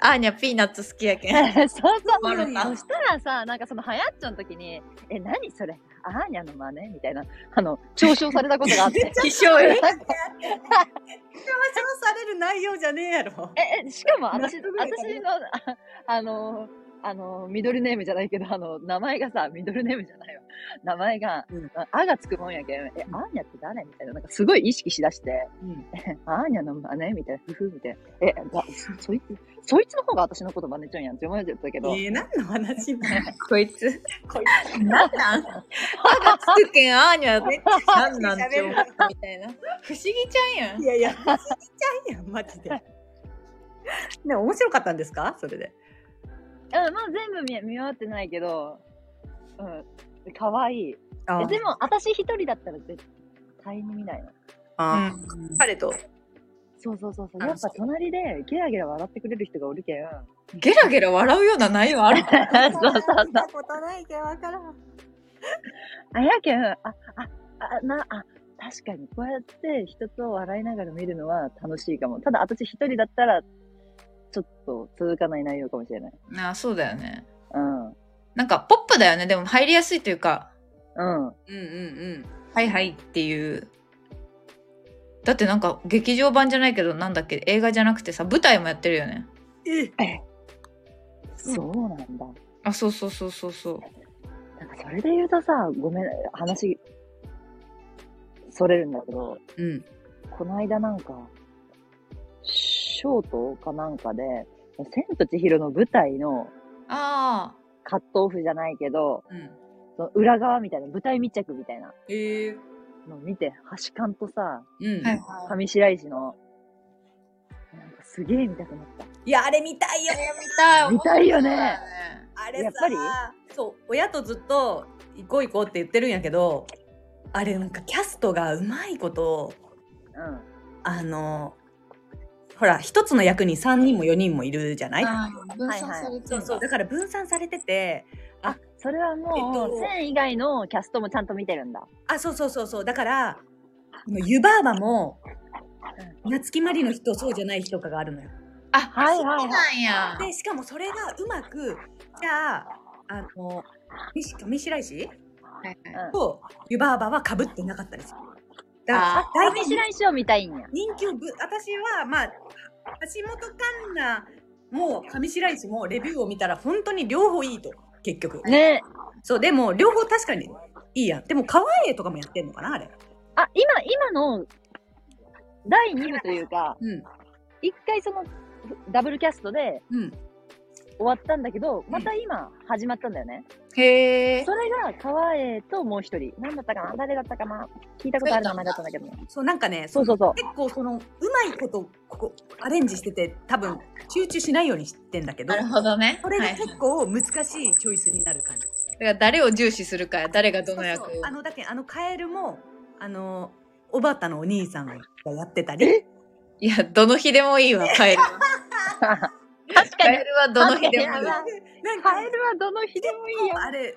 Speaker 2: アーニャピーナッツ好きやけん
Speaker 3: *laughs* そうそう。
Speaker 2: 困るな
Speaker 3: そしたらさ、なんかその、はやっちょの時に、え、何それアーニャの真似みたいな、あの、嘲笑されたこと
Speaker 2: *laughs*
Speaker 3: があって。
Speaker 2: 気象よ
Speaker 3: なんか
Speaker 1: される内容じゃねえやろ。
Speaker 3: え、えしかも私、
Speaker 1: 納
Speaker 3: 私
Speaker 1: 得がいかない
Speaker 3: の、ああの、あの、ミドルネームじゃないけど、あの、名前がさ、ミドルネームじゃないわ。名前が、
Speaker 1: うん
Speaker 3: あがつくもんやけん、え、アーニャって誰みたいな、なんかすごい意識しだして、アーニャの真似みたいな、ふふみたいな。え、だそそいつ、そいつの方が私のこと真似ちゃうんやんって思っちゃったけど、
Speaker 1: えー、何の話なの
Speaker 2: こいつ
Speaker 1: *laughs* こい
Speaker 2: なんなん歯がつくけんアーニャめっちゃなんなんって思ったみたいな不思議ちゃんや
Speaker 1: つ。
Speaker 2: ん
Speaker 1: いやいや、不思議ちゃんやん、マ *laughs* ジで。ね、面白かったんですかそれで。
Speaker 3: うん、まあ全部見見終わってないけど、うん、かわいい。
Speaker 1: あ
Speaker 3: えでも、私一人だったら絶対に見ないの。
Speaker 1: あー、
Speaker 2: 彼
Speaker 1: *laughs*
Speaker 2: と
Speaker 3: そうそうそうそう。
Speaker 2: あ
Speaker 3: やっ
Speaker 2: そ
Speaker 3: ぱ
Speaker 2: う
Speaker 3: 隣でゲラゲラ笑ってくれる人がおるけん。
Speaker 2: ゲラゲラ笑うような内容あるか
Speaker 3: そうそうそう。
Speaker 1: たことないけんわからん。
Speaker 3: あやけん、あ、あ、あ、な、あ、確かにこうやって人と笑いながら見るのは楽しいかも。ただ私一人だったら、ちょっと続かない内容かもしれない。
Speaker 2: *laughs* ああそうだよね
Speaker 3: うん。うん。
Speaker 2: なんかポップだよねでも入りやすいというか
Speaker 1: *laughs* うんうんうん。
Speaker 2: はいはいっていうだってなんか劇場版じゃないけどなんだっけ映画じゃなくてさ舞台もやってるよね
Speaker 1: え
Speaker 3: そうなんだ。
Speaker 2: あそうそうそうそうそう
Speaker 3: なんかそれで言うとさ、ごめん、話、それるんだけど、
Speaker 1: うん。
Speaker 3: この間なんか、ショートかなんかで、千と千尋の舞台の
Speaker 2: あ
Speaker 3: カットオフじゃないけど、
Speaker 1: うん。
Speaker 3: その裏側みたいな、舞台密着みたいな
Speaker 1: えー、
Speaker 3: のを見て、端感とさ、
Speaker 1: うん
Speaker 2: あはいは
Speaker 3: 上白石の、なんかすげえ見たくなった。
Speaker 1: いや、あれ見たいよ。
Speaker 2: い見たい
Speaker 3: 見たいよね
Speaker 2: 面白
Speaker 1: あれさ
Speaker 3: やっぱり
Speaker 1: そう親とずっと行こう行こうって言ってるんやけどあれなんかキャストがうまいことあのほら一つの役に3人も4人もいるじゃない
Speaker 2: いよねうん分散されて
Speaker 1: そう
Speaker 2: る
Speaker 1: そうだから分散されてて
Speaker 3: それはも
Speaker 1: えっと
Speaker 3: う、千以外のキャストもちゃんと見てるんだ。
Speaker 1: あそうそうそうそうだからこの湯婆婆も
Speaker 3: うん
Speaker 1: 夏木マリの人とそうじゃない人とかがあるのよ。
Speaker 2: あ
Speaker 3: はいはいはい
Speaker 2: そうなんや
Speaker 1: でしかもそれがうまくじゃああの上白上白石
Speaker 2: はいはい
Speaker 1: と湯婆婆はかぶってなかったりする。だ
Speaker 2: あ
Speaker 1: 大
Speaker 3: 上白石を見たいんや。
Speaker 1: 人気をぶ私はまあ橋本環奈も上白石もレビューを見たら本当に両方いいと結局
Speaker 3: ね
Speaker 1: そうでも両方確かにいいやんでも川栄とかもやってんのかなあれ
Speaker 3: あ、今、今の、第2部というか、
Speaker 1: うん
Speaker 3: 一回その、ダブルキャストで
Speaker 1: うん
Speaker 3: 終わったんだけど、また今、始まったんだよね。
Speaker 2: へえ
Speaker 3: そ。れが、川栄ともう一人。何だったかな誰だったかな聞いたことある名前だったんだけど。
Speaker 1: そうなんかね
Speaker 3: そうそう *laughs* そう。
Speaker 1: 結構そのうまいことここアレンジしてて多分集中しないようにしてんだけど
Speaker 2: なるほどね。
Speaker 1: これ
Speaker 2: は
Speaker 1: が
Speaker 2: い。
Speaker 1: 結構難しいチョイスになる感じ、
Speaker 2: だから誰を重視するかや、誰がどの役
Speaker 1: そう
Speaker 2: を
Speaker 1: そうあのだけあのカエルもあのおばたのお兄さんがやってたり
Speaker 2: いや、どの日でもいいわ、カエルは。カエル
Speaker 3: 確かに。
Speaker 2: はどの日でも
Speaker 3: カエ
Speaker 2: い
Speaker 3: ル
Speaker 2: い。
Speaker 3: は
Speaker 1: なんか
Speaker 3: カエルはどの日でもいいよ。
Speaker 1: あれ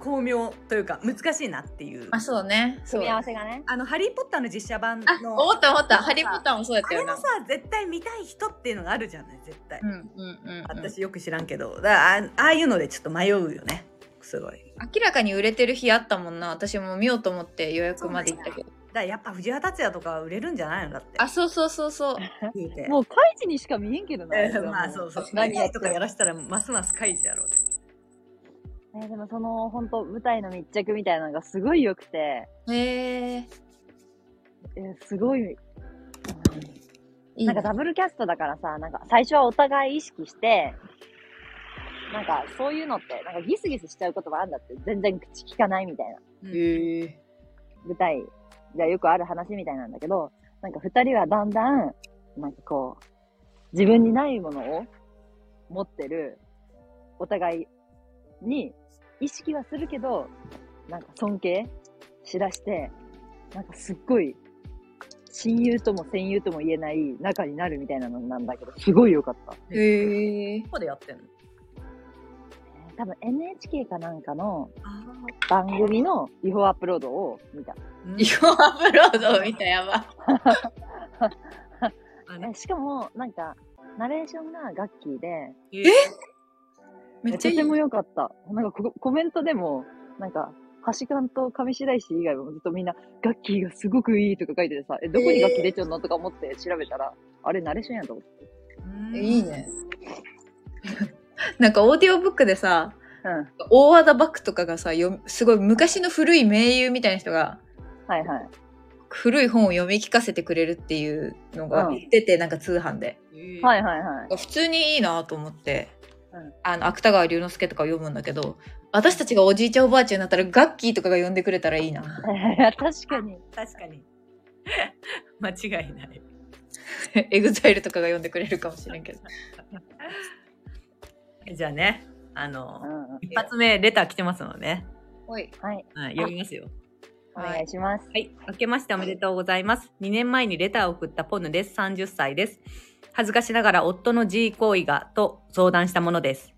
Speaker 1: 巧妙というか難しいなっていう
Speaker 2: あ、そうね。そ
Speaker 3: 組
Speaker 2: う
Speaker 3: み。合わせがね。
Speaker 1: あの「ハリー・ポッター」の実写版
Speaker 2: あ、
Speaker 1: の
Speaker 2: 思った思った。ハリーポッターもそうやっ
Speaker 1: あ
Speaker 2: た
Speaker 1: れ
Speaker 2: よ
Speaker 1: も
Speaker 2: な
Speaker 1: さ。絶対見たい人っていうのがあるじゃない絶対、
Speaker 2: うんうんうんうん。
Speaker 1: 私よく知らんけどだからあああいうのでちょっと迷うよねすごい
Speaker 2: 明らかに売れてる日あったもんな。私も見ようと思って予約まで行ったけ
Speaker 1: だ
Speaker 2: ど。
Speaker 1: からやっぱ藤原竜也とかは売れるんじゃないのだって
Speaker 2: あ、そうそうそうそう。
Speaker 1: 言うて
Speaker 3: もう、カイジにしか見えんけどな。
Speaker 1: えーまあそうそう
Speaker 3: 何
Speaker 1: 何
Speaker 3: や
Speaker 1: や
Speaker 3: っ
Speaker 1: と
Speaker 3: て
Speaker 1: かやらしたらますます怪事やろう
Speaker 3: えーでもその本当舞台の密着みたいなのがすごい良くて、
Speaker 2: へえ。
Speaker 3: えーすごい、
Speaker 2: いい
Speaker 3: なん
Speaker 2: ね
Speaker 3: かダブルキャストだからさ、なんか最初はお互い意識して、なんかそういうのって、なんかギスギスしちゃうこともあるんだって、全然口聞かないみたいな、
Speaker 2: へえ。
Speaker 3: 舞台じゃよくある話みたいなんだけど、なんか二人はだんだん、なんかこう、自分にないものを持ってる、お互いに意識はするけど、なんか尊敬しだして、なんかすっごい、親友とも戦友とも言えない仲になるみたいなのなんだけど、すごい良かった。
Speaker 2: へえ。
Speaker 1: ここでやってんの
Speaker 3: 多分 NHK かなんかの
Speaker 1: あ
Speaker 3: 番組の違法アップロードを見た。
Speaker 2: 違法アップロードみたいやば。
Speaker 1: あ
Speaker 3: えしかも、なんか、ナレーションがガッキーで、
Speaker 1: え
Speaker 2: めっちゃいい
Speaker 3: とて。も良かった。なんかこコメントでも、なんか、橋監と上白石以外もずっとみんな、ガッキーがすごくいいとか書いててさ、え、どこにガッキー出ちゃうのとか思って調べたら、あれ、ナレーションやんと思って。
Speaker 1: うん
Speaker 2: いいね。 *laughs* なんかオーディオブックでさ、
Speaker 3: うん。
Speaker 2: 大和田幕とかがさ読みすごい昔の古い名優みたいな人が
Speaker 3: はいはい。
Speaker 2: 古い本を読み聞かせてくれるっていうのが
Speaker 3: うん
Speaker 2: 出て、なんか通販で
Speaker 3: はいいはいはい。
Speaker 2: 普通にいいなと思って、
Speaker 3: うん
Speaker 2: あの芥川龍之介とかを読むんだけど私たちがおじいちゃんおばあちゃんになったらガッキーとかが呼んでくれたらいいな *laughs*
Speaker 3: *laughs* 確かに。
Speaker 1: 確かに *laughs* 間違いない
Speaker 2: エグザイルとかが呼んでくれるかもしれんけど
Speaker 1: じゃあねあの
Speaker 3: うんうん。
Speaker 1: 一発目レター来てますのでね、
Speaker 2: おい
Speaker 3: はい。
Speaker 1: はい、読みますよ
Speaker 3: お願いします。
Speaker 1: はい、明けましておめでとうございます。2年前にレターを送ったポヌです。30歳です。恥ずかしながら夫の G 行為がと相談したものです。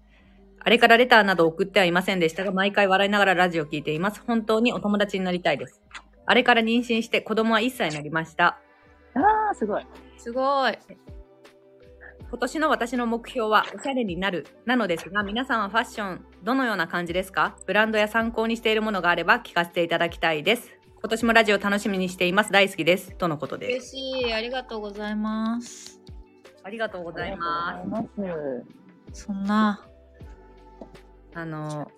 Speaker 1: あれからレターなど送ってはいませんでしたが、毎回笑いながらラジオを聞いています。本当にお友達になりたいです。あれから妊娠して子供は1歳になりました。
Speaker 3: ああ、すごい。
Speaker 2: すごい
Speaker 1: 今年の私の目標はおしゃれになるなのですが皆さんはファッションどのような感じですかブランドや参考にしているものがあれば聞かせていただきたいです今年もラジオ楽しみにしています大好きですとのことです
Speaker 2: 嬉しいありがとうございます
Speaker 1: ありがとうございます
Speaker 3: ありがとうございます。
Speaker 2: そんな
Speaker 1: あの、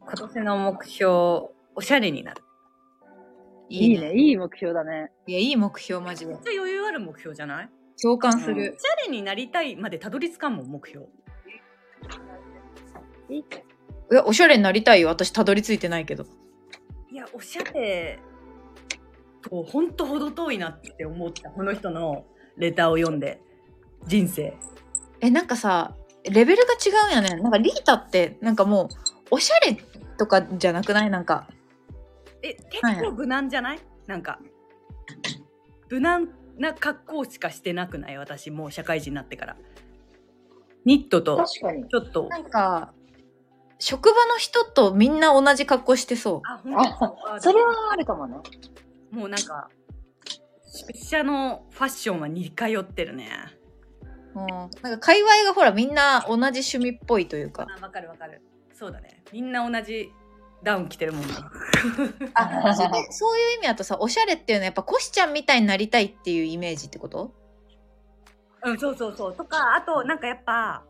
Speaker 1: 今年の目標、おしゃれになる。
Speaker 2: い
Speaker 3: い
Speaker 2: い
Speaker 3: い
Speaker 2: ね
Speaker 3: ね。いい目標だね。
Speaker 2: いやいい目標マジで
Speaker 1: めっちゃ余裕ある目標じゃない
Speaker 2: 共感する、
Speaker 1: おしゃれになりたいまでたどり着かんもん、目標。
Speaker 3: いい
Speaker 2: いやおしゃれになりたいよ私たどり着いてないけど
Speaker 1: いや、おしゃれと、ほんと程遠いなって思った。この人のレターを読んで、人生。
Speaker 2: えなんかさレベルが違うんやねなんかリータってなんかもうおしゃれとかじゃなくないなんか
Speaker 1: え、結構無難じゃない、なんか、無難な格好しかしてなくない私、もう社会人になってから。ニットと、
Speaker 3: 確かに。
Speaker 1: ちょっと
Speaker 2: な、んか職場の人とみんな同じ格好してそ
Speaker 1: あ、ほん
Speaker 3: あ
Speaker 1: と
Speaker 3: それはあるかもね。
Speaker 1: もうなんか、出社のファッションは似通ってるね。
Speaker 2: う、うん、なんか界隈がほらみんな同じ趣味っぽいというか
Speaker 1: あ、わかるわかる。そうだね。みんな同じダウン着てるもんな。
Speaker 2: あそれそういう意味だとさおしゃれっていうのはやっぱコシちゃんみたいになりたいっていうイメージってこと
Speaker 1: うん、そうそうそう。とか、あと、なんかやっぱ、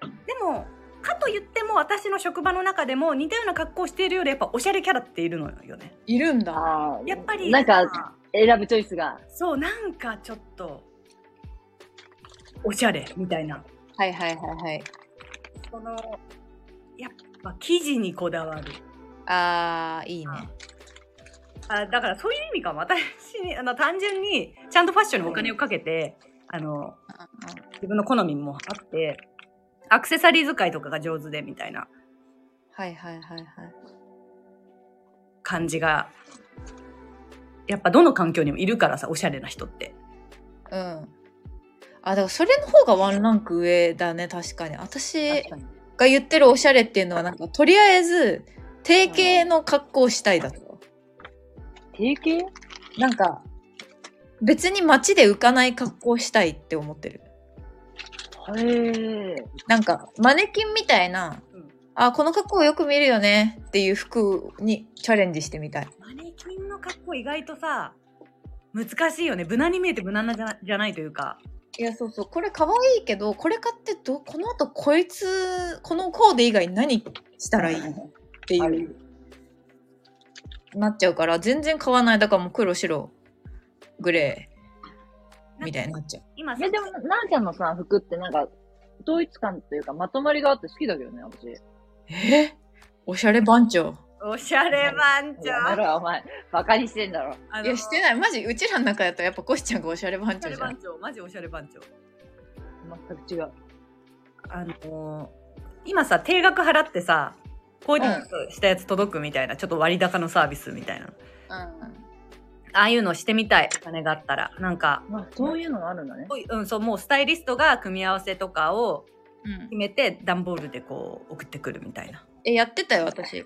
Speaker 1: でも、かと言っても私の職場の中でも似たような格好をしているよりやっぱおしゃれキャラっているのよね。
Speaker 2: いるんだ
Speaker 3: ああ。
Speaker 1: やっぱり、
Speaker 3: なんか、選ぶチョイスが。
Speaker 1: そう、なんかちょっと、おしゃれみたいな。
Speaker 2: はいはいはいはい
Speaker 1: その、やっぱ生地にこだわる。
Speaker 2: あーいいね
Speaker 1: あだからそういう意味かも。私に、あの、単純に、ちゃんとファッションにお金をかけて、あの、自分の好みもあって、アクセサリー使いとかが上手でみたいな
Speaker 2: はいはいはいはい
Speaker 1: 感じが、やっぱどの環境にもいるからさ、おしゃれな人って。
Speaker 2: うんあだからそれの方がワンランク上だね確かに私
Speaker 3: 確かに
Speaker 2: が言ってるおしゃれっていうのはなんかとりあえず定型の格好をしたいだと
Speaker 3: 定型
Speaker 2: なんか別に街で浮かない格好をしたいって思ってる
Speaker 3: へえ。
Speaker 2: なんかマネキンみたいな、
Speaker 1: うん
Speaker 2: あこの格好よく見るよねっていう服にチャレンジしてみたい
Speaker 1: マネキンの格好意外とさ、難しいよね。無難に見えて無難なじゃじゃないというか。
Speaker 2: いやそうそうこれ可愛いけどこれ買ってどこの後こいつこのコーデ以外何したらいいって
Speaker 3: あ
Speaker 2: いう
Speaker 3: る
Speaker 2: なっちゃうから全然買わないだからもう黒白グレーみたいになっちゃう
Speaker 1: 今
Speaker 3: い
Speaker 1: さ
Speaker 3: や、でも、なあちゃんのさ、服ってなんか、統一感というか、まとまりがあって好きだけどね、私。
Speaker 2: えおしゃれ番長
Speaker 1: おしゃれ番
Speaker 3: やめろ
Speaker 1: 長。
Speaker 3: よ、お前。バカにしてんだろ。
Speaker 1: あ
Speaker 2: いやしてないマジうちらの中だとやっぱコシちゃんがおしゃれ番
Speaker 1: おしゃ
Speaker 2: 長
Speaker 1: れ
Speaker 2: じゃん
Speaker 1: 番長。マジおしゃれ番長。
Speaker 3: 全く違う。
Speaker 1: あのー今さ定額払ってさこういうしたやつ届くみたいな、ちょっと割高のサービスみたいなああいうのしてみたいお金があったらなんか
Speaker 3: まあ、そういうのがあるんだね。
Speaker 1: こういううん、そうもうスタイリストが組み合わせとかを
Speaker 2: うん、うん
Speaker 1: 決、めて段ボールでこう送ってくるみたいな
Speaker 2: えやってたよ私
Speaker 1: え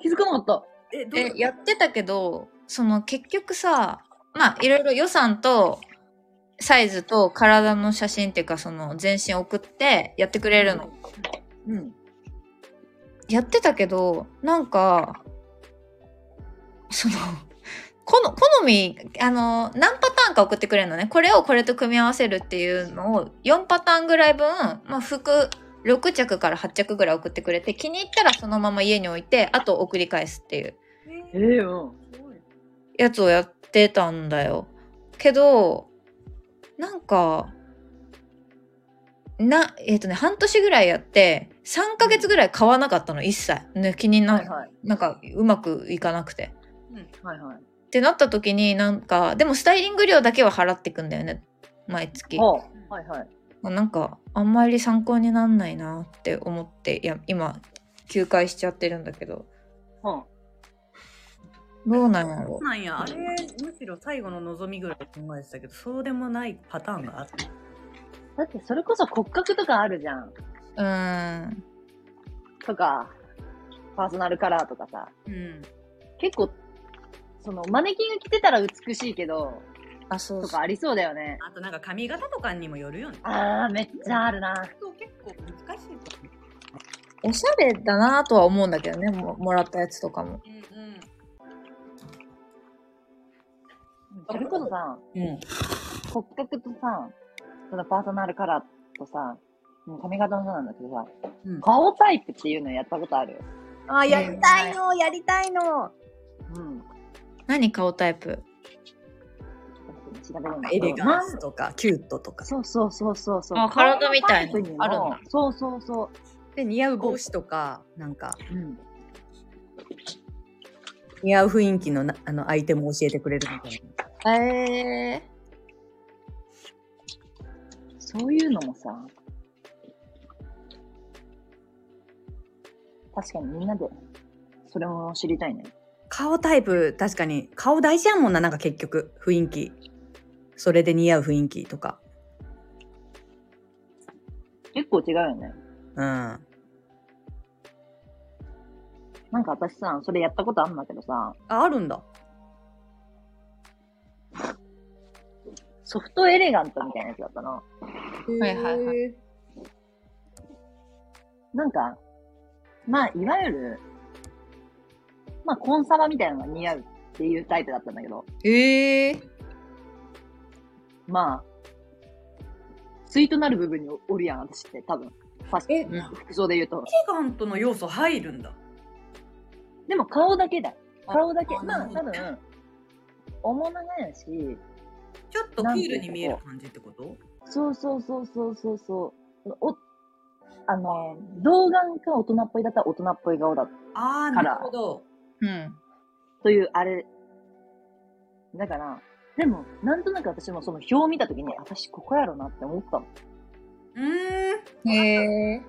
Speaker 3: 気づかなかっ
Speaker 1: えどう
Speaker 2: えやってたけどその結局さまあいろいろ予算とサイズと体の写真っていうかその全身送ってやってくれるの、
Speaker 3: た。うん。
Speaker 2: やってたけどなんかそのこの好みあの何パターンか送ってくれるのねこれをこれと組み合わせるっていうのを4パターンぐらい分、まあ、服6着から8着ぐらい送ってくれて気に入ったらそのまま家に置いてあと送り返すっていう
Speaker 3: ええ
Speaker 1: え
Speaker 3: うん。
Speaker 2: やつをやってたんだよ。けど、なんか、な、えっ、とね、半年ぐらいやって、3ヶ月ぐらい買わなかったの、一切。ね、気にな、
Speaker 3: はいはい。
Speaker 2: なんか、うまくいかなくて。
Speaker 3: はいはい。
Speaker 2: ってなった時に、なんか、でもスタイリング料だけは払ってくんだよね、毎月。
Speaker 3: あはいはい。
Speaker 2: まあなんか、あんまり参考になんないなって思って、いや、今、休会しちゃってるんだけど。
Speaker 3: うん。
Speaker 2: どうなんやろう。
Speaker 1: なんやあれむしろ最後の望みぐらい考えてたけどそうでもないパターンがあった
Speaker 3: だって、それこそ骨格とかあるじゃん。
Speaker 2: うーん。
Speaker 3: とか、パーソナルカラーとかさ。
Speaker 1: うん
Speaker 3: 結構、その、マネキンが着てたら美しいけど、
Speaker 2: あ、そう
Speaker 3: と
Speaker 2: そう
Speaker 3: か。ありそうだよね。
Speaker 1: あとなんか髪型とかにもよるよね
Speaker 3: あー、めっちゃあるな。
Speaker 1: そう結構難しいと思
Speaker 2: おしゃれだなとは思うんだけどねももらったやつとかも
Speaker 1: う
Speaker 3: それこそさ、
Speaker 1: うんうん
Speaker 3: 骨格とさ、そのパーソナルカラーとさ、もう髪型もそうなんだけどさ、
Speaker 1: うん
Speaker 3: 顔タイプっていうのやったことある
Speaker 1: あ
Speaker 2: やり
Speaker 1: たいのやりたいの
Speaker 3: うん。
Speaker 2: 何顔タイプ
Speaker 3: 調べるんだ
Speaker 1: エ
Speaker 3: けど
Speaker 1: レガンスとかキュートとか
Speaker 3: そうそうそうそうそう。
Speaker 2: あ体みたいな
Speaker 3: 顔のタイプにも
Speaker 2: あるんだ
Speaker 3: そうそうそ
Speaker 1: で似合う帽子とかなんか
Speaker 3: う。うん。
Speaker 1: 似合う雰囲気のなあのアイテムを教えてくれるみたいな
Speaker 2: え
Speaker 3: そういうのもさ、確かにみんなで、それも知りたいね。
Speaker 1: 顔タイプ確かに顔大事やもんななんか結局雰囲気それで似合う雰囲気とか
Speaker 3: 結構違うよね。
Speaker 1: うん
Speaker 3: なんか私さ、それやったことあんだけどさ、
Speaker 1: ああるんだ
Speaker 3: ソフトエレガントみたいなやつだったの。
Speaker 2: はいはいはい
Speaker 1: へー
Speaker 3: なんか、まあ、いわゆる、まあ、コンサバみたいなのが似合うっていうタイプだったんだけど、
Speaker 2: ええ
Speaker 3: まあ、スイートなる部分におるやん、私って、多分。ファッシ
Speaker 1: え
Speaker 3: ョン、服装で言うと。
Speaker 1: エレガントの要素入るんだ。
Speaker 3: でも顔だけだ。
Speaker 1: あ
Speaker 3: 顔だけ。
Speaker 1: あ
Speaker 3: ま
Speaker 1: な
Speaker 3: あ、
Speaker 1: るほ
Speaker 3: 多
Speaker 1: ど
Speaker 3: 分、面長やし、
Speaker 1: ちょっとクールに見える感じってこと
Speaker 3: そうそうそうそうそうそう。お、あの、童顔か大人っぽいだったら大人っぽい顔だ
Speaker 1: ああ、な
Speaker 3: カラー
Speaker 1: るほど。
Speaker 2: うん。
Speaker 3: というあれ。だから、でも、なんとなく私もその表を見たときに、私ここやろなって思ったの。
Speaker 1: うーん。
Speaker 2: へえ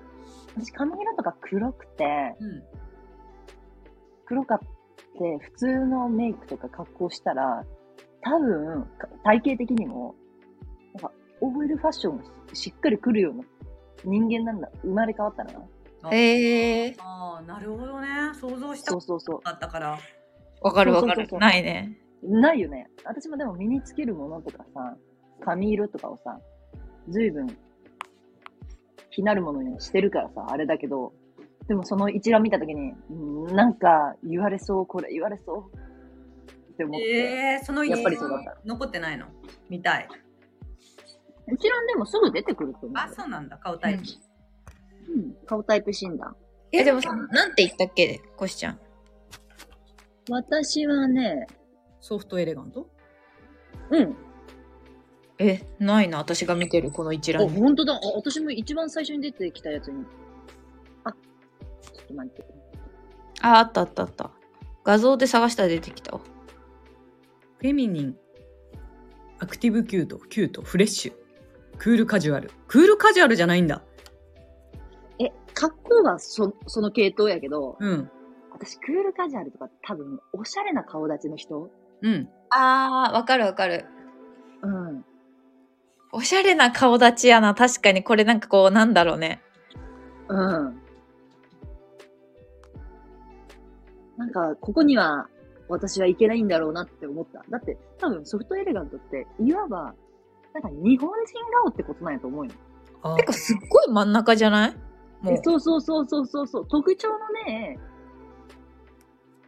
Speaker 3: 私髪色とか黒くて、
Speaker 1: うん。
Speaker 3: 黒かって普通のメイクとか格好したら、多分、か体型的にも、なんか、OL ファッションがしっかり来るような人間なんだ。生まれ変わったらな。
Speaker 2: へえ
Speaker 1: ああ、なるほどね。想像した
Speaker 3: そ
Speaker 1: こ
Speaker 3: うそうそう
Speaker 1: と。だったから。
Speaker 2: わかるわか
Speaker 3: そうそう
Speaker 2: る
Speaker 3: そうそう
Speaker 2: ないね
Speaker 3: ないよね。私もでも身につけるものとかさ、髪色とかをさ、随分、気なるものにしてるからさ、あれだけど、でもその一覧見たときに、うんなんか言われそう、これ言われそうって思って。
Speaker 1: ええー、その一
Speaker 3: やっぱりそうだっ
Speaker 1: 覧残ってないの見たい。
Speaker 3: 一覧でもすぐ出てくると思うよ。
Speaker 1: あ、そうなんだ。顔タイプ。
Speaker 3: うん、顔タイプ診断。
Speaker 2: えでもさなんて言ったっけコシちゃん
Speaker 3: 私はね、
Speaker 1: ソフトエレガント
Speaker 3: うん。
Speaker 2: えないな私が見てるこの一覧に
Speaker 3: 本当だ。私も一番最初に出てきたやつに。あ、ちょっと待って。
Speaker 2: ああったあったあった画像で探したら出てきたわ
Speaker 1: フェミニン、アクティブキュート、キュート、フレッシュ、クールカジュアル。クールカジュアルじゃないんだ。
Speaker 3: え、格好はそ、その系統やけど、
Speaker 1: うん。
Speaker 3: 私、クールカジュアルとか多分、おしゃれな顔立ちの人
Speaker 1: うん。
Speaker 2: あーわかるわかる
Speaker 3: うん。
Speaker 2: おしゃれな顔立ちやな確かにこれなんかこうなんだろうね
Speaker 3: うん。なんか、ここには、私はいけないんだろうなって思った。だって、多分、ソフトエレガントって、いわば、なんか日本人顔ってことなんやと思うよ。
Speaker 1: あ
Speaker 2: てかすっごい真ん中じゃないも
Speaker 3: で
Speaker 2: う
Speaker 3: そうそうそうそうそうそう、特徴のね、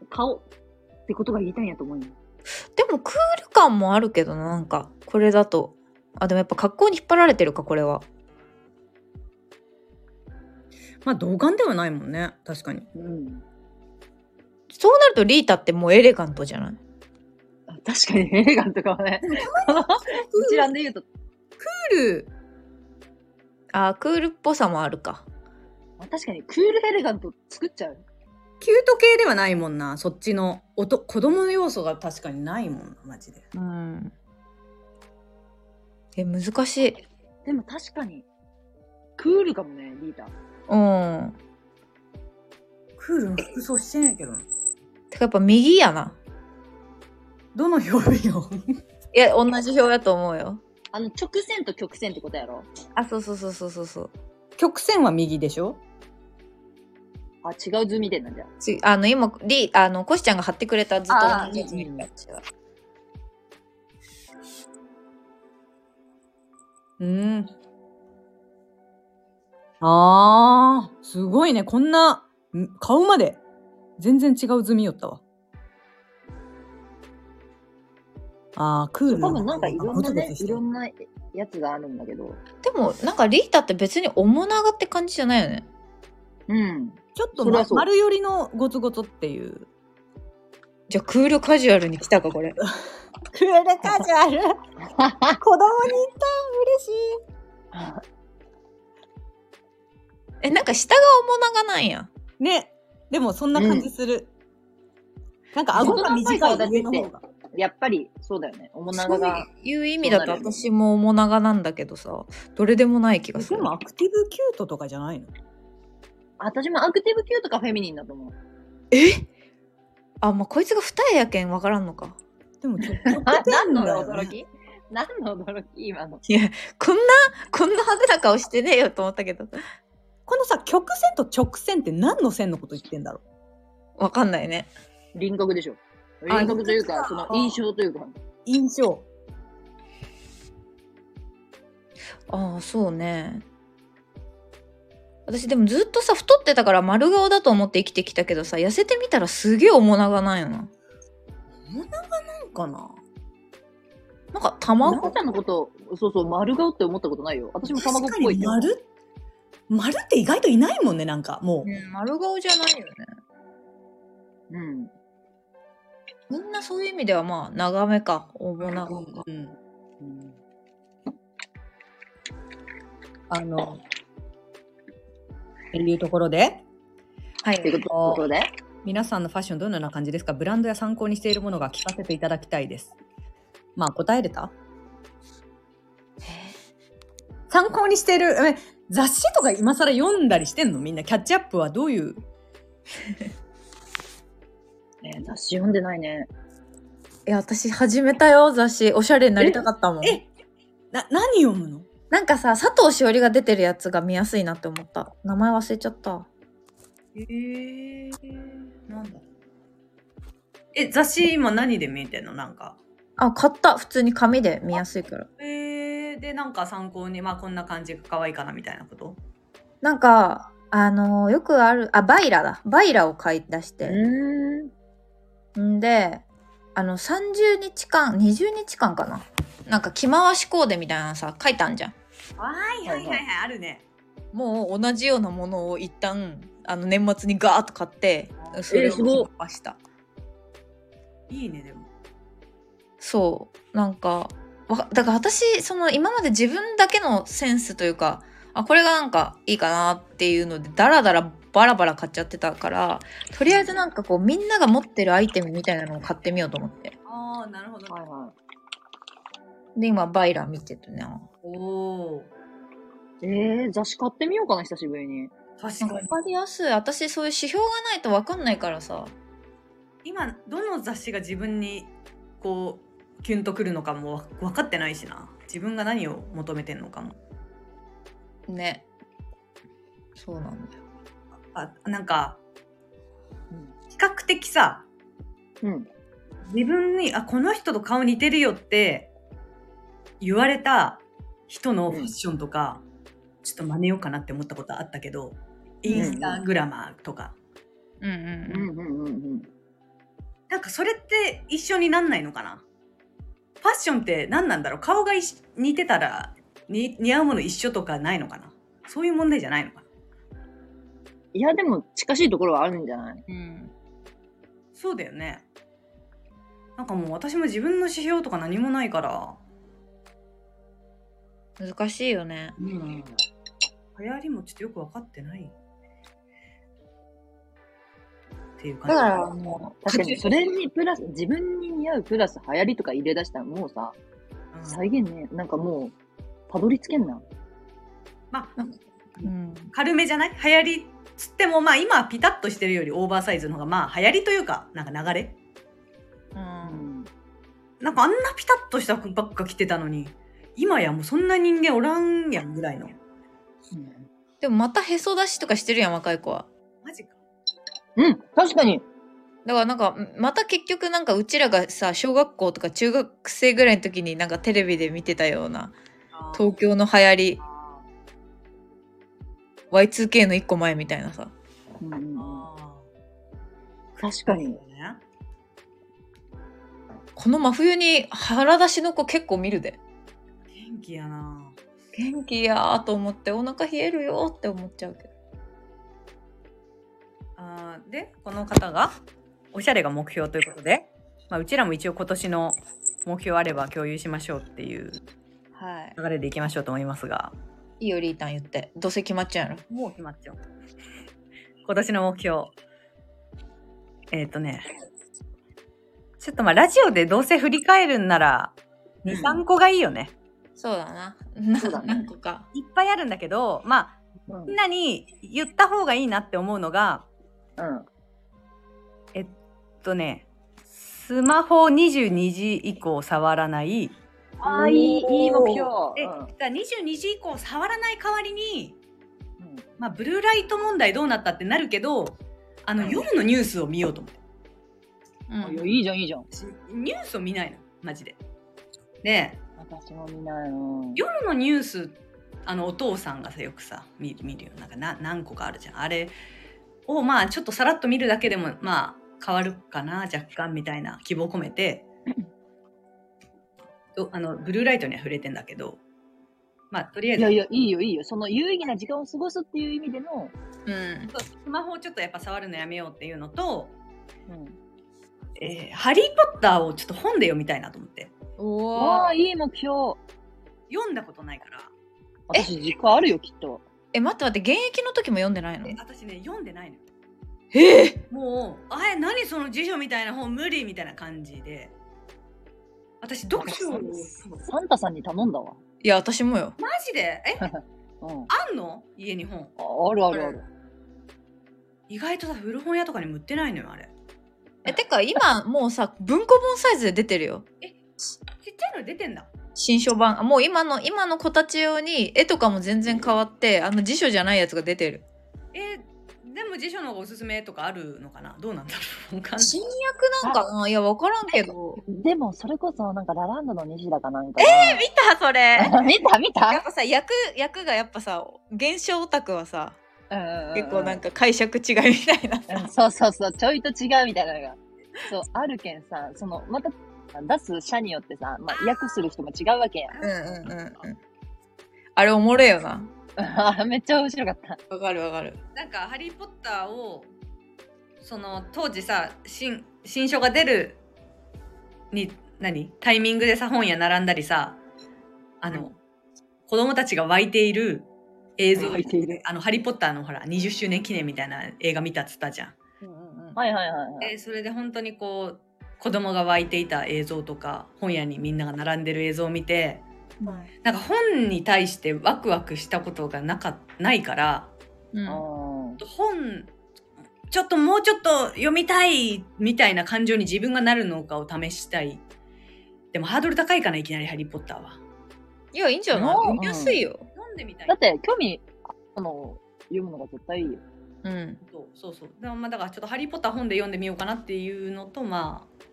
Speaker 3: 顔ってことが言いたいんやと思うよ。
Speaker 2: でもクール感もあるけどななんかこれだとあでもやっぱ格好に引っ張られてるかこれは
Speaker 1: まあ、童顔ではないもんね。確かに。
Speaker 3: うん。
Speaker 2: そうなるとリータってもうエレガントじゃない
Speaker 3: あ確かにエレガントかもね。一覧で言うと、
Speaker 2: クールあークールっぽさもあるか
Speaker 3: 確かにクールエレガント作っちゃう。
Speaker 1: キュート系ではないもんな。そっちの、おと、子供の要素が確かにないもんな、マジで。
Speaker 2: うんえ難しい
Speaker 3: でも確かに、クールかもね、リーダー。
Speaker 2: うん
Speaker 1: クールの服装してんやけどな。
Speaker 2: てかやっぱ右やな
Speaker 1: どの表現を
Speaker 2: いや同じ表やと思うよ
Speaker 3: あの、直線と曲線ってことやろ
Speaker 2: あそうそうそうそうそうそう
Speaker 1: 曲線は右でしょ
Speaker 3: あ、違う図見てんなんじゃ。
Speaker 2: 次あの今リあのコシちゃんが貼ってくれたずっと
Speaker 3: あー
Speaker 2: 同じやつ見るやつは
Speaker 1: うん。あー、すごいね。こんな、ん顔まで、全然違う図見よったわ。あー、クール
Speaker 3: 多分なんかいろんな
Speaker 1: ゴツゴ
Speaker 3: ね
Speaker 1: ツ、し
Speaker 3: い
Speaker 1: てる
Speaker 3: ろんなやつがあるんだけど。
Speaker 2: でもなんかリータって別に面長って感じじゃないよね
Speaker 3: うん。
Speaker 1: ちょっと、
Speaker 3: それは
Speaker 1: ま
Speaker 3: そう
Speaker 1: 丸寄りのゴツゴツっていう。
Speaker 2: じゃあクールカジュアルに来たかこれ
Speaker 1: クールカジュ *laughs* アル子供にいた嬉しい
Speaker 2: えなんか下が面長なんや
Speaker 1: ねでもそんな感じする、なんか顎が短い上の方が
Speaker 3: やっぱり、そうだよね。おもながが。
Speaker 2: そういう意味だと
Speaker 3: そうなるよね
Speaker 2: 私も面長なんだけどさどれでもない気がす
Speaker 1: で
Speaker 2: る
Speaker 1: もアクティブキュートとかじゃないの
Speaker 3: 私もアクティブ Q とかフェミニンだと思う。
Speaker 2: えあまあこいつが二重やけんわからんのか
Speaker 1: でもちょっとちょっと
Speaker 3: あ、何の
Speaker 1: だよ
Speaker 3: 驚
Speaker 1: ね
Speaker 3: き何の驚き今の。
Speaker 2: いやこんなこんな派手な顔してねえよと思ったけど
Speaker 1: このさ曲線と直線って何の線のこと言ってんだろう
Speaker 2: わかんないね
Speaker 3: 輪郭でしょ。
Speaker 1: あ
Speaker 3: 輪郭というか、
Speaker 1: 輪
Speaker 3: その
Speaker 1: 郭か
Speaker 3: 印象というか。
Speaker 1: 印象
Speaker 2: ああそうね私でもずっとさ太ってたから丸顔だと思って生きてきたけどさ痩せてみたらすげえ面長なんよな
Speaker 1: 物がなんかな
Speaker 2: なんか
Speaker 3: なお
Speaker 2: 卵
Speaker 3: ちゃんのこと、そうそう、丸顔って思ったことないよ。私も卵っぽいっ
Speaker 1: 確かに
Speaker 3: て。
Speaker 1: 丸丸って意外といないもんねなんかもう、
Speaker 2: うん丸顔じゃないよね
Speaker 3: うん。
Speaker 2: みんなそういう意味ではまあ長めか面長か
Speaker 1: うんあのっていうところで
Speaker 2: はい
Speaker 3: ということで、
Speaker 1: 皆さんのファッションどのような感じですかブランドや参考にしているものが聞かせていただきたいですまあ答えれた参考にしているえ雑誌とか今更読んだりしてんのみんなキャッチアップはどういう
Speaker 3: えー雑誌読んでないね。
Speaker 2: いや私始めたよ雑誌おしゃれになりたかったもん
Speaker 1: えな何読むの
Speaker 2: なんかさ佐藤しおりが出てるやつが見やすいなって思った名前忘れちゃった
Speaker 1: えー、なんだえ雑誌今何で見てんのなんか
Speaker 2: あ買った普通に紙で見やすいから
Speaker 1: えー、でなんか参考にまあこんな感じが可愛いかなみたいなこと
Speaker 2: なんかあのーよくあるあバイラだバイラを買い出し
Speaker 3: う
Speaker 2: て、
Speaker 3: ーん。
Speaker 2: んであの30日間20日間かななんか着回しコーデみたいなのさ書いたんじゃん
Speaker 1: はい
Speaker 3: はいはいはい
Speaker 1: あるね
Speaker 2: もう同じようなものを一旦あの年末にガーッと買ってそれを
Speaker 3: すごい
Speaker 2: 着回した、
Speaker 1: いいねでも
Speaker 2: そうなんかわだから私その今まで自分だけのセンスというかあこれがなんかいいかなっていうのでダラダラバラバラ買っちゃってたからとりあえずなんかこうみんなが持ってるアイテムみたいなのを買ってみようと思って
Speaker 1: ああなるほど
Speaker 3: はいは
Speaker 2: で今バイラ見ててね
Speaker 1: おお
Speaker 3: い。えー、雑誌買ってみようかな、久しぶりに。
Speaker 1: 確
Speaker 2: なんか
Speaker 1: か
Speaker 2: 分
Speaker 1: に
Speaker 2: かりやすい私そういう指標がないと分かんないからさ
Speaker 1: 今どの雑誌が自分にこうキュンとくるのかもわ分かってないしな自分が何を求めてんのかも
Speaker 2: ねそうなんだよ
Speaker 1: あなんか比較的さ
Speaker 3: うん。
Speaker 1: 自分にあこの人と顔似てるよって言われた人のファッションとか、ちょっと真似ようかなって思ったことあったけど、インスタグラマーとか
Speaker 2: うんう
Speaker 3: うん
Speaker 2: うん
Speaker 3: んうんうんうん。
Speaker 1: なんかそれって一緒になんないのかなファッションって何なんだろう顔がいし似てたらに似合うもの一緒とかないのかなそういう問題じゃないのかない
Speaker 3: や、でも、近しいところはあるんじゃない
Speaker 2: うん
Speaker 1: そうだよねなんかもう私も自分の指標とか何もないから、
Speaker 2: 難しいよね
Speaker 1: うん、流行りもちょっとよく分かってないっていう感
Speaker 2: だ
Speaker 1: じ
Speaker 2: からもう
Speaker 3: 確かに、それにプラス、自分に似合うプラス流行りとか入れ出したら、もうさ、
Speaker 1: うん
Speaker 3: 再現ね、なんかもう、たどり着けんな。
Speaker 1: まあ
Speaker 2: うん
Speaker 1: 軽めじゃない流行りつってもまあ今はピタッとしてるよりオーバーサイズの方がまあ流行りというかなんか流れ
Speaker 2: う
Speaker 3: うんん。
Speaker 1: なんかあんなピタッとした服ばっか着てたのに今やもうそんな人間おらんやんぐらいの
Speaker 2: でもまたへそ出しとかしてるやん若い子は
Speaker 1: マジか
Speaker 3: うん、確かに。
Speaker 2: だからなんかまた結局なんかうちらがさ小学校とか中学生ぐらいの時になんかテレビで見てたような東京の流行り Y2K の一個前みたいなさ
Speaker 3: うんうんうん
Speaker 1: あ
Speaker 3: 確かに
Speaker 1: ー。ね
Speaker 2: この真冬に腹出しの子結構見るで
Speaker 1: 元気やな
Speaker 2: 元気やーと思ってお腹冷えるよーって思っちゃうけど
Speaker 1: あーでこの方がおしゃれが目標ということで、まあ、うちらも一応今年の目標あれば共有しましょうっていう
Speaker 2: はい
Speaker 1: 流れでいきましょうと思いますが
Speaker 2: いいよリータン言ってどうせ決まっちゃうやろ
Speaker 1: もう決まっちゃう。今年の目標。えっ、とね。ちょっとまあ、ラジオでどうせ振り返るんなら、
Speaker 3: うん
Speaker 1: 2、3個がいいよね。
Speaker 2: そうだな
Speaker 3: そうだね
Speaker 2: 何個か
Speaker 1: いっぱいあるんだけど、ま
Speaker 3: う
Speaker 1: あ、
Speaker 3: ん
Speaker 1: みん。なに言った方がいいなって思うのが、
Speaker 3: うん
Speaker 1: えっとね、スマホ22時以降触らない。
Speaker 3: ああ、いい、いい目標。
Speaker 1: で、だから22時以降触らない代わりに、
Speaker 3: うんうん
Speaker 1: まあ、ブルーライト問題どうなったってなるけど、あの、
Speaker 3: うん
Speaker 1: 夜のニュースを見ようと思って。
Speaker 2: うん
Speaker 3: あいやいいじゃん、いいじゃん。
Speaker 1: 私ニュースを見ないのマジでで
Speaker 3: 私も見ないの。
Speaker 1: 夜のニュースっあのお父さんがさよくさ見見るよなんかな何個かあるじゃんあれをまあちょっとさらっと見るだけでもまあ変わるかな若干みたいな希望を込めてとあのブルーライトには触れてんだけどまあとりあえ
Speaker 3: い
Speaker 1: ず
Speaker 3: やいや、いいよ、いいよ。その有意義な時間を過ごすっていう意味での、
Speaker 2: うん。
Speaker 1: そうスマホをちょっとやっぱ触るのやめようっていうのと
Speaker 3: うん。
Speaker 1: 「えーハリー・ポッター」をちょっと本で読みたいなと思って
Speaker 3: わ
Speaker 2: お
Speaker 3: あ、いい目標。
Speaker 1: 読んだことないから
Speaker 3: 私、時間あるよ、きっと。
Speaker 2: え、待って待って、現役の時も読んでないの
Speaker 1: え私ね読んでないのよ
Speaker 2: ええ
Speaker 1: もう「あえ何その辞書みたいな本無理」みたいな感じで私読書をマ
Speaker 3: サンタさんに頼んだわ。
Speaker 2: いや、私もよ。
Speaker 1: ジでえ
Speaker 3: うん。
Speaker 1: あんの家に本
Speaker 3: ああるあるある。
Speaker 1: 意外とさ古本屋とかにも売ってないのよあれ
Speaker 2: え、てか、今、もうさ、文庫本サイズで出てるよ。
Speaker 1: ちっちゃいの出てんだ
Speaker 2: 新書版。もう今の、今の子たち用に、絵とかも全然変わって、あの辞書じゃないやつが出てる。
Speaker 1: えーでも辞書の方がおすすめとかあるのかなどうなんだろうわかんない
Speaker 2: 新訳なんかないや、わからんけど。
Speaker 3: でも、それこそ、なんか、ラランドの西田かなんかえ
Speaker 2: 見たそれ。 *laughs* や
Speaker 3: 見た見
Speaker 2: ったぱさ、役、役がやっぱさ、現象オタクはさ、
Speaker 3: 結
Speaker 2: 結構なんか解釈違いみたいなさ。
Speaker 3: うんそうそうそう、ちょいと違うみたいなのが。そう、あるけんさ、その、また、出す社によってさ、まあ、訳する人も違うわけやん
Speaker 2: うんうんうんうん。 *laughs* あれおもれよな。。
Speaker 3: あ *laughs* めっちゃ面白かった。
Speaker 2: わかるわかる。
Speaker 1: なんか「ハリー・ポッターを」その当時さ新新書が出るに何タイミングでさ本屋並んだりさあの、子供たちが湧いている映像
Speaker 3: 湧いている
Speaker 1: あの「ハリー・ポッター」のほら20周年記念みたいな映画見たっつったじゃん。
Speaker 3: はいはいはい、はい。
Speaker 1: でそれで本当にこう子供が湧いていた映像とか本屋にみんなが並んでる映像を見てなんか本に対してワクワクしたことがなかないから
Speaker 2: うん
Speaker 3: うん
Speaker 1: 本ちょっともうちょっと読みたいみたいな感情に自分がなるのかを試したいでもハードル高いかないきなり「ハリー・ポッターは」
Speaker 2: いや、いいんじゃない
Speaker 3: うん
Speaker 2: 読みやすいよ。
Speaker 1: 読んでみたい
Speaker 3: だって、興味、あの、読むのが絶対いいよ。
Speaker 2: うん。
Speaker 1: そうそうそうだからまあだからちょっと「ハリー・ポッター」本で読んでみようかなっていうのとまあ、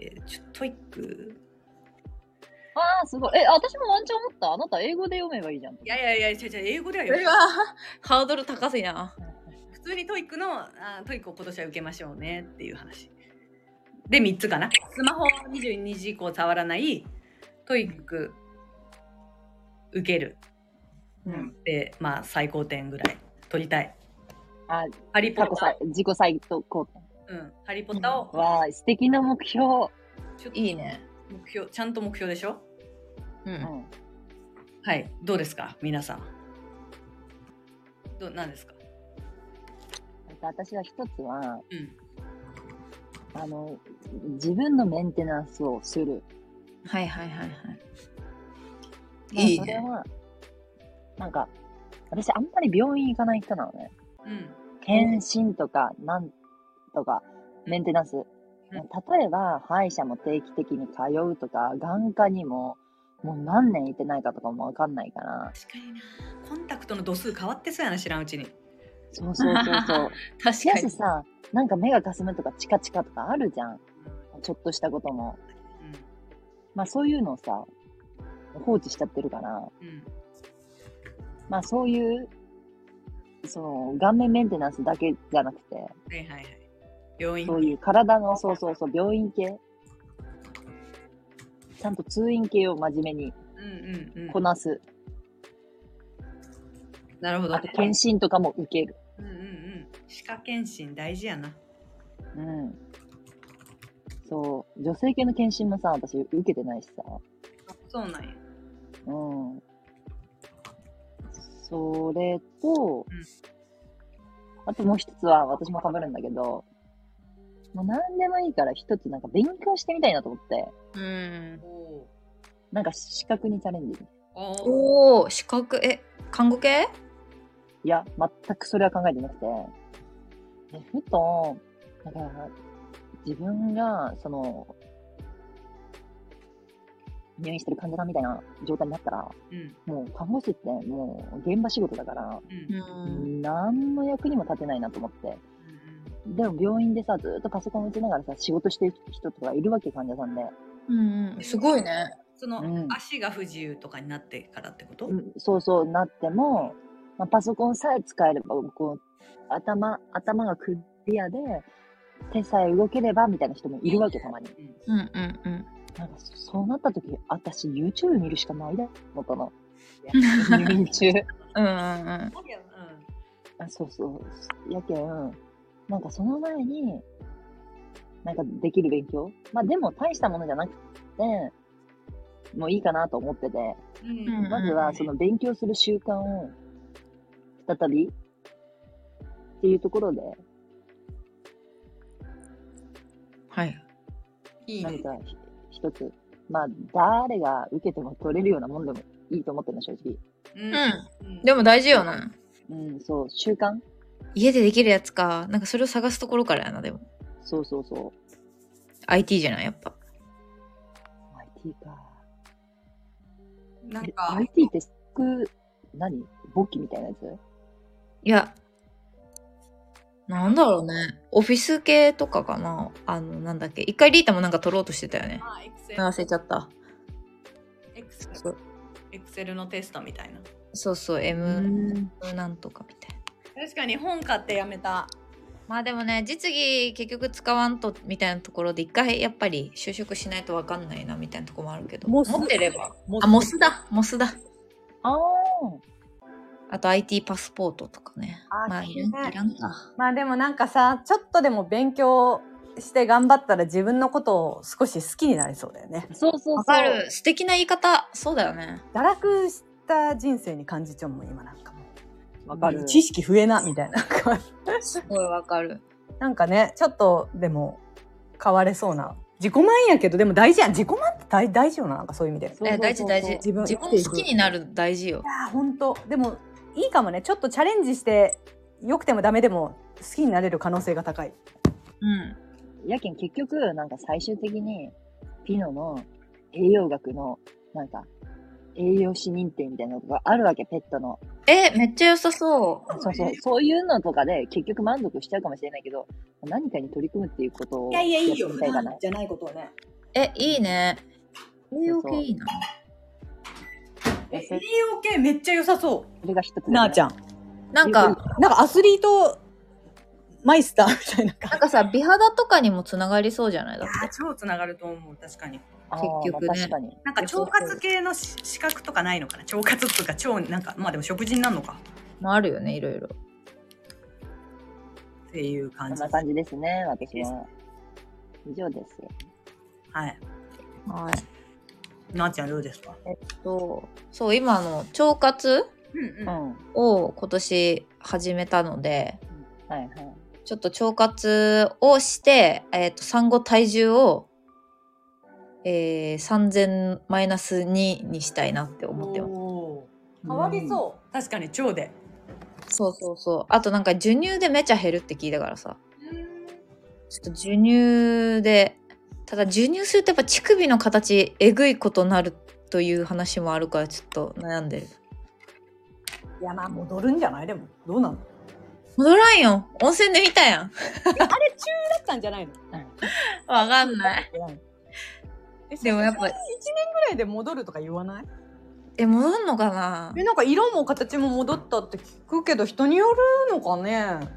Speaker 1: えーちょっとトイック
Speaker 3: ああ、すごい。え、私もワンチャン思った。あなた英語で読めばいいじゃん。
Speaker 1: いやいやいや違う違う英語では
Speaker 2: これ
Speaker 1: よ
Speaker 2: は、 *laughs* ハードル高すぎな。
Speaker 1: 普通にトイックのあトイックを今年は受けましょうねっていう話で3つかなスマホを22時以降触らないトイック受ける
Speaker 2: うん。
Speaker 1: で、まあ、最高点ぐらい取りたい。
Speaker 3: あ、
Speaker 1: ハリーポッ
Speaker 3: 過去
Speaker 1: タ
Speaker 3: 最、自己最高。
Speaker 1: ー、うん、ハリーポッターを、
Speaker 3: わあ、素敵な目標。
Speaker 1: ちょっと
Speaker 2: いいね。
Speaker 1: 目標、ちゃんと目標でしょ
Speaker 2: う。
Speaker 3: うんん。
Speaker 1: はい、どうですか、皆さん。どう、なんですか。
Speaker 3: 私は一つは、
Speaker 1: うん、
Speaker 3: あの、自分のメンテナンスをする。
Speaker 2: はいはいはいはい。
Speaker 3: まあ
Speaker 2: いい
Speaker 3: それ
Speaker 2: ね。
Speaker 3: は、なんか、私あんまり病院行かない人なのね。
Speaker 1: うん、
Speaker 3: 検診とか、なんとか、メンテナンス。例えば、歯医者も定期的に通うとか、眼科にも、もう何年行ってないかとかもわかんないから。
Speaker 1: 確かにな。コンタクトの度数変わってそうやな、知らんうちに。
Speaker 3: そうそうそうそう。
Speaker 2: *laughs* 確
Speaker 3: しか
Speaker 2: かに
Speaker 3: し。さ、なんか目がかすむとかチカチカとかあるじゃん。ちょっとしたことも。まあそういうのをさ、放置しちゃってるから。
Speaker 1: うん、うん、
Speaker 3: まあそういう、その、顔面メンテナンスだけじゃなくて、
Speaker 1: はいはいはい。病院。
Speaker 3: そういう体の、そうそうそう、病院系。ちゃんと通院系を真面目に
Speaker 1: うん、うん、う
Speaker 3: こ
Speaker 1: ん。
Speaker 3: なす。
Speaker 1: なるほど。
Speaker 3: あと、検診とかも受ける。
Speaker 1: うん、うん、うん。歯科検診大事やな。
Speaker 3: うん。そう、女性系の検診もさ、私受けてないしさ。
Speaker 1: そうなんや。
Speaker 3: うん。それと、
Speaker 1: うん
Speaker 3: あともう一つは、私も被るんだけど、もう何でもいいから一つなんか勉強してみたいなと思って、
Speaker 2: うん。
Speaker 1: おー
Speaker 3: なんか資格にチャレンジ。
Speaker 1: おー。
Speaker 2: おお、資格、え、看護系
Speaker 3: いや、全くそれは考えてなくて。でふと、なんか、自分が、その、入院してる患者さんみたいな状態になったら、
Speaker 1: うん、
Speaker 3: もう看護師ってもう現場仕事だから、
Speaker 1: うん、うん、
Speaker 2: ん。
Speaker 3: 何の役にも立てないなと思って。
Speaker 1: うん。
Speaker 3: でも病院でさ、ずっとパソコン打ちながらさ、仕事してる人とかいるわけ、患者さんで。
Speaker 2: うんうん。すごいね。
Speaker 1: その、
Speaker 3: うん
Speaker 1: 足が不自由とかになってからってこと、
Speaker 3: うんそうそうなっても、まあ、パソコンさえ使えれば、こう、頭、頭がクリアで、手さえ動ければみたいな人もいるわけ、たまに。
Speaker 1: うん
Speaker 2: うんうんうん。
Speaker 3: なんか、そうなった時、私 YouTube 見るしかないだのかな。入院中。
Speaker 2: う
Speaker 1: そうだ
Speaker 2: んうんうん。
Speaker 1: ようん
Speaker 3: あ、そうそう。やけん、なんかその前に、なんかできる勉強まあでも大したものじゃなくて、もういいかなと思ってて、
Speaker 1: うん
Speaker 2: うん
Speaker 3: まずはその勉強する習慣を再びっていうところで、
Speaker 2: はい。
Speaker 1: いいね
Speaker 3: 何かひ一つ、まあ誰が受けても取れるようなもんでもいいと思ってるの、正直。
Speaker 1: うんうん
Speaker 2: でも大事よな。
Speaker 3: うん、そう、習慣
Speaker 2: 家でできるやつか。なんかそれを探すところからやな、でも。
Speaker 3: そうそうそう。
Speaker 2: IT じゃない、やっぱ。
Speaker 3: IT か。
Speaker 1: なん
Speaker 3: え
Speaker 1: か
Speaker 3: IT ってすく、何簿記みたいなやつ
Speaker 2: いや、なんだろうね。オフィス系とかかな。あの、なんだっけ。一回リータもなんか取ろうとしてたよね。
Speaker 1: あエクセル
Speaker 2: 忘れちゃった。
Speaker 1: エクセ
Speaker 2: そう
Speaker 1: ルエクセルのテストみたいな
Speaker 2: そうそう、
Speaker 3: う
Speaker 2: M
Speaker 3: ん。
Speaker 2: なんとかみたいな。
Speaker 1: 確かに本買ってやめた
Speaker 2: まあでもね、実技結局使わんとみたいなところで、一回やっぱり就職しないとわかんないなみたいなところもあるけど。
Speaker 3: モス
Speaker 2: 持ってれば。
Speaker 1: も
Speaker 2: あ、モスだ、モスだ。
Speaker 3: ああ。
Speaker 2: あと IT パスポートとかね。
Speaker 1: あ
Speaker 2: まあいらん
Speaker 1: ね
Speaker 2: いらんか。
Speaker 1: まあでもなんかさちょっとでも勉強して頑張ったら自分のことを少し好きになりそうだよね
Speaker 3: そうそうそう。
Speaker 2: わかる。素敵な言い方。そうだよね。
Speaker 1: 堕落した人生に感じちゃうもん今なんかも
Speaker 3: わか
Speaker 1: う
Speaker 3: る。
Speaker 1: 知識増えなみたいな
Speaker 2: すごいわかる。
Speaker 1: なんかねちょっとでも変われそうな自己満やけどでも大事やん自己満って大大事よななんかそういう意味でい
Speaker 3: そうそうそう
Speaker 2: え大事大事。
Speaker 1: 自
Speaker 2: 自
Speaker 1: 分
Speaker 2: 分の好きになる大事よ。
Speaker 1: やーほんとでもいいかもねちょっとチャレンジして良くてもダメでも好きになれる可能性が高い
Speaker 2: うん。
Speaker 3: やけん結局、なんか最終的に、ピノの栄養学の、なんか、栄養士認定みたいなのがあるわけ、ペットの。
Speaker 2: え、めっちゃ良さそう。
Speaker 3: そうそう、そういうのとかで結局満足しちゃうかもしれないけど、何かに取り組むっていうことをやってみたいかな。
Speaker 1: じゃないことをね
Speaker 2: え、いいね。栄養系いいな。
Speaker 1: え栄養系めっちゃ良さそ
Speaker 3: それが一つ、
Speaker 1: うなあちゃ
Speaker 3: ん。
Speaker 1: ん
Speaker 2: なんか、
Speaker 1: なんかアスリートマイスターみたいな
Speaker 2: なんかさ、美肌とかにもつながりそうじゃないだって
Speaker 1: 超つながると思う確かに
Speaker 3: あー
Speaker 2: 結局ね
Speaker 3: まあ確かに。
Speaker 1: なんか腸活系のし資格とかないのかな腸活とか腸なんかまあでも食事になるのか
Speaker 2: もあるよね、いろいろ。
Speaker 1: っていう
Speaker 3: そ
Speaker 1: 感
Speaker 3: ん
Speaker 1: じ
Speaker 3: な感じですね、私は。以上です。
Speaker 1: はい
Speaker 2: はい。
Speaker 1: なあちゃんどうですか
Speaker 2: そう、そう今あの腸活
Speaker 1: うん
Speaker 3: うん。
Speaker 1: うん
Speaker 3: は
Speaker 2: を今年始めたので、
Speaker 3: いはい。
Speaker 2: ちょっと腸活をして、えっ、と産後体重をえー、3000マイナス2にしたいなって思ってます。
Speaker 1: 変わりそう確かに腸で
Speaker 2: そうそうそう。あとなんか授乳でめちゃ減るって聞いたからさ。ちょっと授乳で、ただ授乳するとやっぱ乳首の形えぐいことになるという話もあるからちょっと悩んでる。
Speaker 1: いやまあ戻るんじゃないでもどうなの
Speaker 2: 戻らんよ温泉で見たやん。
Speaker 1: だったんじゃないの
Speaker 2: わかんない。でもやっぱ
Speaker 1: 1年ぐらいで戻るとか言わない
Speaker 2: え、戻んのかな
Speaker 1: えなんか色も形も戻ったって聞くけど人によるのかね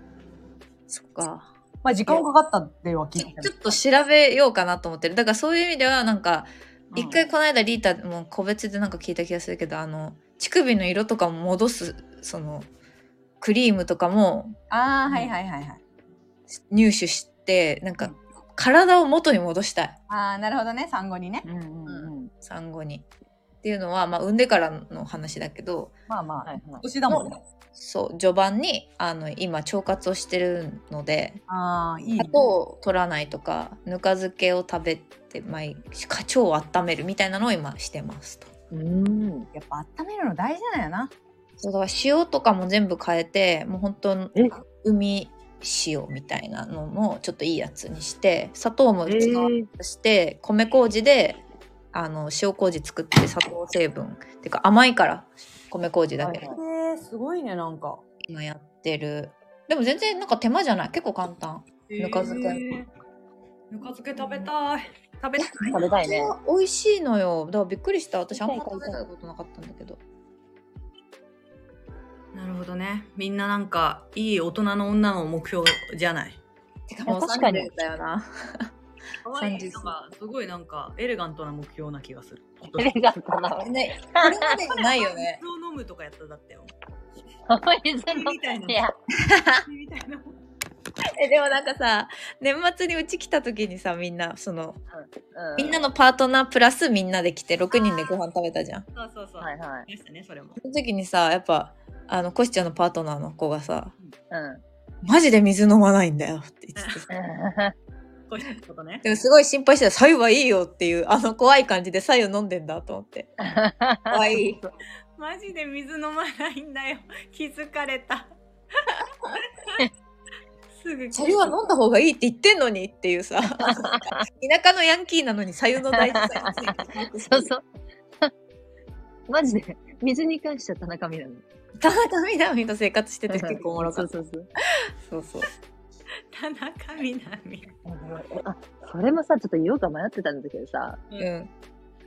Speaker 2: そっか。
Speaker 1: まあ時間かかったっては聞
Speaker 2: ち
Speaker 1: い
Speaker 2: ょ
Speaker 1: た
Speaker 2: ちょっと調べようかなと思ってる。だからそういう意味ではなんか、一回この間リータも個別でなんか聞いた気がするけど、あの、乳首の色とかも戻す、その、クリームとかも
Speaker 1: ああ
Speaker 2: ーはいはい
Speaker 1: はいはい
Speaker 2: 入手して、なんか、体を元に戻したい。
Speaker 1: ああなるほどね産後にね
Speaker 3: うんうんうん。
Speaker 2: 産後に。っていうのは、まあ、産んでからの話だけど、
Speaker 1: まあま
Speaker 3: はいはい。
Speaker 1: 年だもんね
Speaker 2: そう、序盤に、あの、今、腸活をしてるので、
Speaker 1: ああいい
Speaker 2: 砂糖を取らないとかぬか漬けを食べて毎日か腸を温めるみたいなのを今してますと
Speaker 3: うん。
Speaker 1: やっぱ温めるの大事だよな
Speaker 2: そうだから塩とかも全部変えてもう本当
Speaker 3: え
Speaker 2: 海塩みたいなのもちょっといいやつにして砂糖も
Speaker 3: え
Speaker 2: 使わなくして、米麹であの塩麹作って砂糖成分っていうか甘いから米麹だけ
Speaker 3: はいはい
Speaker 1: へえすごいねなんか
Speaker 2: 今やってるでも全然なんか手間じゃない結構簡単
Speaker 1: ぬ
Speaker 2: ぬか漬け
Speaker 1: ぬか漬け食べたい食べたい
Speaker 3: 食べたいね。
Speaker 2: 美味しいのよだからびっくりした私あんま
Speaker 3: 買い
Speaker 2: 食べ
Speaker 3: たい買いたい
Speaker 2: たことなかったんだけど
Speaker 1: なるほどねみんななんかいい大人の女の目標じゃない
Speaker 2: てかもう
Speaker 3: いや確かに
Speaker 2: 30だよな
Speaker 1: 可愛い
Speaker 2: 30
Speaker 1: なんかすごいなんかエレガントな目標な気がする
Speaker 3: エレガントな。
Speaker 2: ねこれまでにないよね
Speaker 1: 水を飲むとかやったらだ *laughs* ってよ
Speaker 3: 水飲
Speaker 1: みたいな。
Speaker 3: いや、
Speaker 1: みたいな
Speaker 2: *laughs* えでもなんかさ年末にうち来た時にさみんなその
Speaker 3: う
Speaker 2: みんな。のパートナープラスみんなで来て6人でご飯食べたじゃん。
Speaker 1: そうそうそう、
Speaker 3: はいはい。
Speaker 1: でしたねそれも
Speaker 2: その時にさやっぱあのコシちゃんのパートナーの子がさ
Speaker 3: うん。
Speaker 2: 「マジで水飲まないんだよ」って言 *laughs* ってて
Speaker 1: こういうことね
Speaker 2: でもすごい心配してた「白湯はいいよ」っていうあの怖い感じで白湯飲んでんだと思って可愛い
Speaker 1: *laughs* マジで水飲まないんだよ気づかれ *laughs* たすぐ
Speaker 2: 「白湯は飲んだ方がいいって言ってんのに」っていうさ *laughs* 田舎のヤンキーなのに白湯の大事さについ *laughs* てよく知って
Speaker 3: そ
Speaker 2: る
Speaker 3: うそう。マジで、水に関しては田中みな実。
Speaker 2: 田中みな実と生活してて結構おもろかっ
Speaker 3: そうそうそう。
Speaker 2: たそうそう
Speaker 1: 田中みなみ
Speaker 3: あ、それもさ、ちょっと言おうか迷ってたんだけどさ、
Speaker 2: うん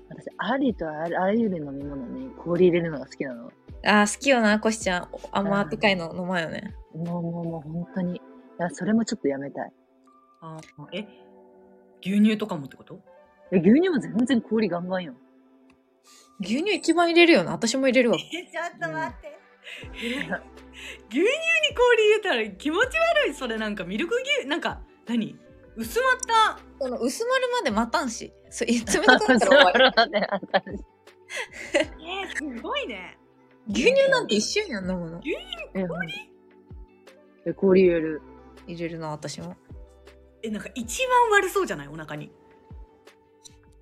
Speaker 3: 私、ありとあらゆる飲み物に氷入れるのが好きなの。
Speaker 2: あー好きよなコシちゃん甘深いの飲まんよね
Speaker 3: もうもうもう本当に。いや、それもちょっとやめたい。
Speaker 1: あえ牛乳とかもってこと
Speaker 3: え牛乳も全然氷ガンガンよ。
Speaker 2: 牛乳一番入れるよな私も入れるわ
Speaker 1: えちょっと待って、え *laughs* 牛乳に氷入れたら気持ち悪いそれなんかミルク牛なんか何薄まった
Speaker 2: その薄まるまで待たんし、そ冷たくなったら終 *laughs* わり。
Speaker 3: そうね私
Speaker 1: えー、すごいね
Speaker 2: 牛乳なんて一瞬やんなもの。
Speaker 3: ええ氷入れる。
Speaker 2: 入れるな、私も。
Speaker 1: えなんか一番悪そうじゃないお腹に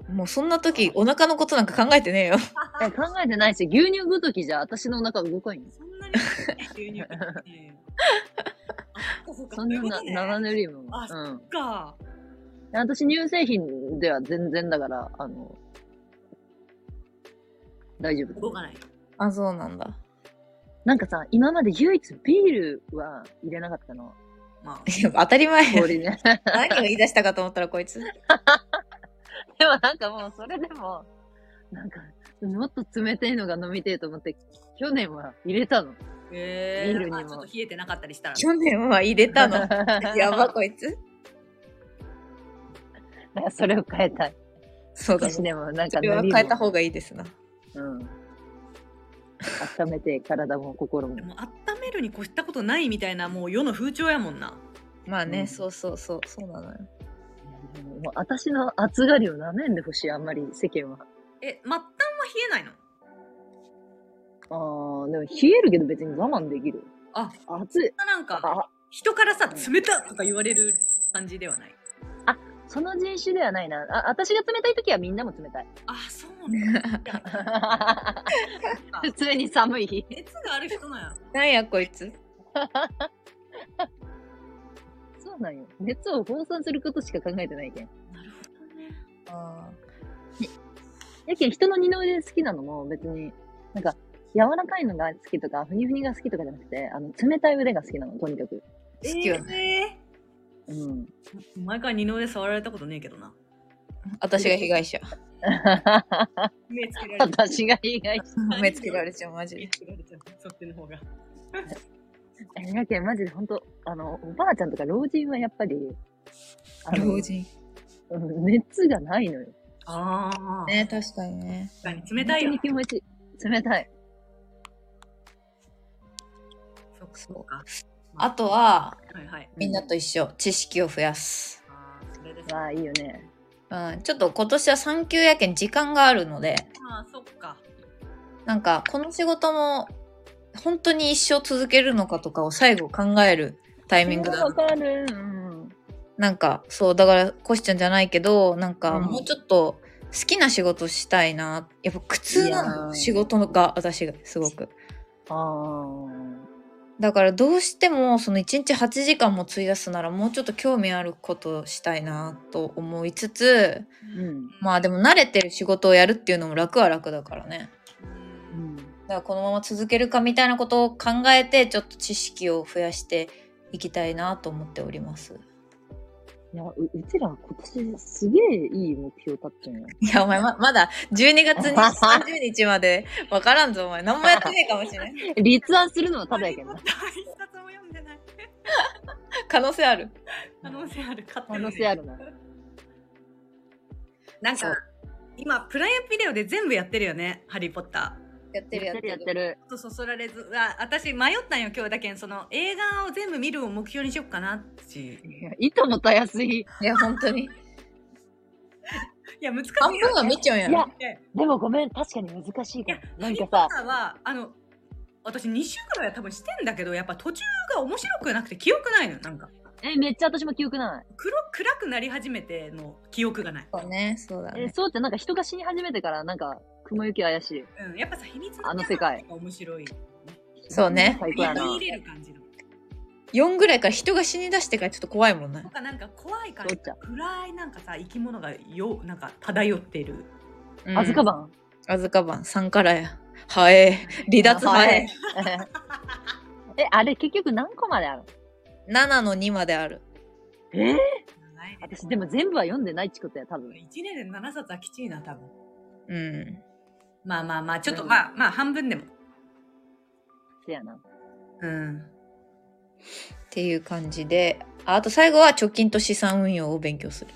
Speaker 2: もうそんな時、お腹のことなんか考えてねえよ。
Speaker 3: え考えてないし、牛乳ごときじゃ私のお腹動かんよ。
Speaker 1: そんなに *laughs* 牛乳あそっか
Speaker 3: そんなな、
Speaker 1: な
Speaker 3: ならぬりもん。
Speaker 1: あそ
Speaker 3: うん。
Speaker 1: か
Speaker 3: 私、乳製品では全然だから、あの、大丈
Speaker 1: 動
Speaker 3: 夫。
Speaker 1: かない
Speaker 2: *laughs* あ、そうなんだ。
Speaker 3: なんかさ、今まで唯一ビールは入れなかったの。
Speaker 1: ま
Speaker 2: い *laughs* や当たり前や。
Speaker 3: 氷ね。
Speaker 2: 何を言い出したかと思ったらこいつ。
Speaker 3: でもなんかもうそれでも、なんか、もっと冷たいのが飲みてえと思って、去年は入れたの。
Speaker 1: あえ
Speaker 3: ビールにも
Speaker 1: あちょっと冷えてなかったりしたら
Speaker 2: 去年は入れた *laughs* の。やば、
Speaker 3: だか
Speaker 2: こいつ。
Speaker 3: ら *laughs* それを変えたい。
Speaker 2: そうだ
Speaker 3: 少し
Speaker 2: ね。
Speaker 3: でもなんか
Speaker 2: それは
Speaker 3: 塗り
Speaker 2: 変え
Speaker 3: も
Speaker 2: た方がいいですな。
Speaker 3: うん。温めて体も心も
Speaker 1: で。も温めるに越したことないみたいなもう世の風潮やもんな
Speaker 2: まあね、
Speaker 3: うん
Speaker 2: そうそうそう、そうなのよ。
Speaker 3: もう私の暑がりを舐めんでほしい、あんまり世間は。
Speaker 1: え末端は冷えないの
Speaker 3: あー、でも冷えるけど別に我慢できる。
Speaker 1: あ
Speaker 3: 暑い。
Speaker 1: なんか
Speaker 3: あ、
Speaker 1: 人からさ冷たとか言われる感じではない
Speaker 3: その人種ではないな。あ、私が冷たい時はみんなも
Speaker 2: *laughs*
Speaker 3: 冷たい。
Speaker 1: あそう *laughs* ね
Speaker 3: 普通に寒い日。
Speaker 1: 熱がある人なんや
Speaker 2: なんや、こいつ。
Speaker 3: そうなんよ。熱を放散することしか考えてないけん。
Speaker 1: なるほどね
Speaker 2: あ
Speaker 3: やけん人の二の腕好きなのも別に、なんか、柔らかいのが好きとか、ふにふにが好きとかじゃなくて、あの、冷たい腕が好きなの、とにかく。
Speaker 2: ー好きよ、
Speaker 1: え
Speaker 3: うん。
Speaker 1: ー前から二の腕触られたことねえけどな
Speaker 2: 私が被害者。
Speaker 1: 目つけられる
Speaker 3: *laughs* 私が意外
Speaker 2: 目つけられちゃう、マジ
Speaker 1: 目 *laughs*
Speaker 2: で。
Speaker 1: つけられちゃうそっちの方が
Speaker 3: え *laughs* やけん、マジで本当あの、おばあちゃんとか老人はやっぱり、あの
Speaker 2: 老人。
Speaker 3: うん熱がないのよ。
Speaker 1: ああ、
Speaker 2: ね、確かにね。
Speaker 1: 確かに冷たいよ
Speaker 3: 本当に気持ちいい。冷たい。
Speaker 1: そっかそっか
Speaker 2: あとは、
Speaker 1: はいはい
Speaker 2: みんなと一緒、知識を増やす。
Speaker 1: あーそれです
Speaker 3: わあ、いいよね。
Speaker 2: うん、ちょっと今年は産休やけん時間があるので、
Speaker 1: あーそっか
Speaker 2: なんかこの仕事も本当に一生続けるのかとかを最後考えるタイミングだ
Speaker 3: わ
Speaker 2: な。
Speaker 3: かる。うん。
Speaker 2: なんかそう、だからコシちゃんじゃないけど、なんか
Speaker 3: うん
Speaker 2: もうちょっと好きな仕事したいな。やっぱ苦痛ない
Speaker 3: やー
Speaker 2: の、仕事が私がすごく。
Speaker 3: ああ。
Speaker 2: だからどうしてもその1日8時間も費やすならもうちょっと興味あることをしたいなと思いつつ、
Speaker 3: うん。
Speaker 2: まあでも慣れてる仕事をやるっていうのも楽は楽だからね。
Speaker 1: うん
Speaker 3: うん。
Speaker 2: だからこのまま続けるかみたいなことを考えてちょっと知識を増やしていきたいなと思っております。
Speaker 3: いや、ううちら今年すげえいい目標立ってんよ。
Speaker 2: いや、お前ままだ12月 *laughs* に30日まで分からんぞ、お前。何もやってねえかもしれない。
Speaker 3: 立案するのはただやけど
Speaker 1: ま
Speaker 3: な
Speaker 1: だ。 *laughs* 一冊も読んでない。
Speaker 2: 可能性ある。
Speaker 1: 可能性ある。買って
Speaker 3: 可
Speaker 1: もね
Speaker 3: 能性あるな。
Speaker 1: なん
Speaker 2: そう
Speaker 1: か、今、プライアビデオで全部やってるよね、ハリー・ポッター。
Speaker 2: やってるやってる。
Speaker 3: やってる。
Speaker 1: ち
Speaker 3: *laughs*
Speaker 1: ょっとそそられず、あ私迷ったんよ、今日だけん。その映画を全部見るを目標にしよっかなっていう。
Speaker 3: いやいともたやすい。
Speaker 2: いや、本当に。
Speaker 1: いや、難しい
Speaker 2: 半分
Speaker 1: よ、
Speaker 2: は
Speaker 1: ね。
Speaker 2: 見ちゃうんや
Speaker 3: いや
Speaker 2: ろ。
Speaker 1: で
Speaker 3: でもごめん、確かに難しいかも。な
Speaker 1: ハ
Speaker 3: んかさ
Speaker 1: リーポ、ッターは、あの、私2週ぐらいは多分してんだけど、やっぱ途中が面白くなくて記憶ないのよ。なんか、
Speaker 3: え、めっちゃ私も記憶ない。
Speaker 1: 黒、暗くなり始めての記憶がない。
Speaker 2: そうね、そうだ
Speaker 3: え、
Speaker 2: ね。
Speaker 3: そうってなんか人が死に始めてから、なんか、雲行き怪しい。
Speaker 1: うん、やっぱさ、秘密の
Speaker 3: あの世界
Speaker 1: 山が面白い。
Speaker 2: そうね
Speaker 3: 最高やな。
Speaker 1: 入れる感じの。
Speaker 2: 4ぐらいから人が死に出してからちょっと怖いもんね
Speaker 1: と。かなんか怖い感
Speaker 3: ど
Speaker 1: じ
Speaker 3: っ。ちゃ。
Speaker 1: 暗いなんかさ、生き物がよ、なんか漂っている。
Speaker 2: うん
Speaker 3: あずかばん。
Speaker 2: アズカバン3からや。はえ。離脱はえ。
Speaker 3: *laughs* え、あれ結局何個まである
Speaker 2: 7の2まである。
Speaker 3: え
Speaker 1: 長いね
Speaker 3: 私でも全部は読んでないってことや、多分。
Speaker 1: 1年で7冊はきちいな、多分。
Speaker 2: うん。
Speaker 1: まあまあまあ、ちょっと、
Speaker 3: うん
Speaker 1: まあまあ、半分でも。
Speaker 3: せやな。
Speaker 1: うん。
Speaker 2: っていう感じで。ああと最後は貯金と資産運用を勉強する。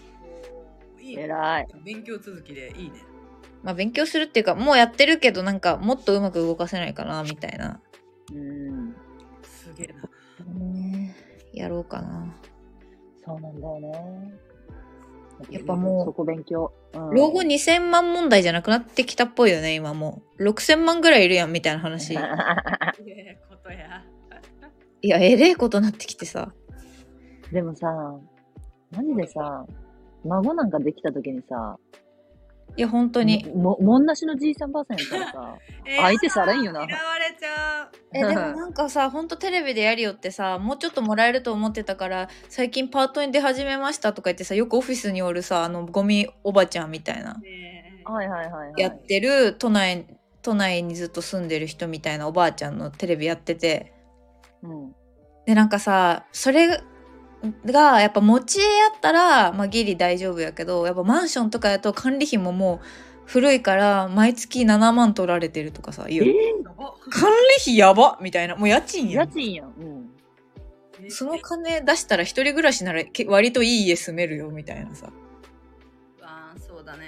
Speaker 1: いいね
Speaker 3: 偉い。
Speaker 1: 勉強続きでいいね。
Speaker 2: まあ勉強するっていうか、もうやってるけどなんかもっとうまく動かせないかな、みたいな。
Speaker 3: うん。
Speaker 1: すげえな。
Speaker 2: ねやろうかな。
Speaker 3: そうなんだよね。
Speaker 2: やっぱもう
Speaker 3: そこ勉強。うん
Speaker 2: 老
Speaker 3: *laughs*
Speaker 2: 後2000万問題じゃなくなってきたっぽいよね、今もう。6000万ぐらいいるやん、みたいな *laughs* 話。い
Speaker 1: ええことや。
Speaker 2: や、えれえことなってきてさ。
Speaker 3: でもさ、マジでさ、孫なんかできた時にさ、
Speaker 2: いや、本当に。
Speaker 3: も、もんなしのじいさんばあさんやったらさ、
Speaker 1: え
Speaker 3: 相手されんよな
Speaker 1: 嫌。われちゃう。
Speaker 2: え、
Speaker 3: *laughs*
Speaker 2: でもなんかさ、ほんとテレビでやるよってさ、もうちょっともらえると思ってたから、最近パートに出始めましたとか言ってさ、よくオフィスにおるさ、あの、ゴミおばちゃんみたいな。
Speaker 1: ねえ
Speaker 3: はいはいはい、はい。
Speaker 2: やってる、都内、都内にずっと住んでる人みたいなおばあちゃんのテレビやってて、
Speaker 3: うん。
Speaker 2: でなんかさそれがやっぱ持ち家やったら、まあ、ギリ大丈夫やけどやっぱマンションとかやと管理費ももう古いから毎月7万取られてるとかさい
Speaker 3: え
Speaker 2: や
Speaker 1: やば
Speaker 2: 管理費やばみたいなもう家賃や
Speaker 3: 家
Speaker 2: ん
Speaker 3: 賃やん。うん。
Speaker 2: その金出したら一人暮らしならけ割といい家住めるよみたいなさ
Speaker 1: あーそうだね。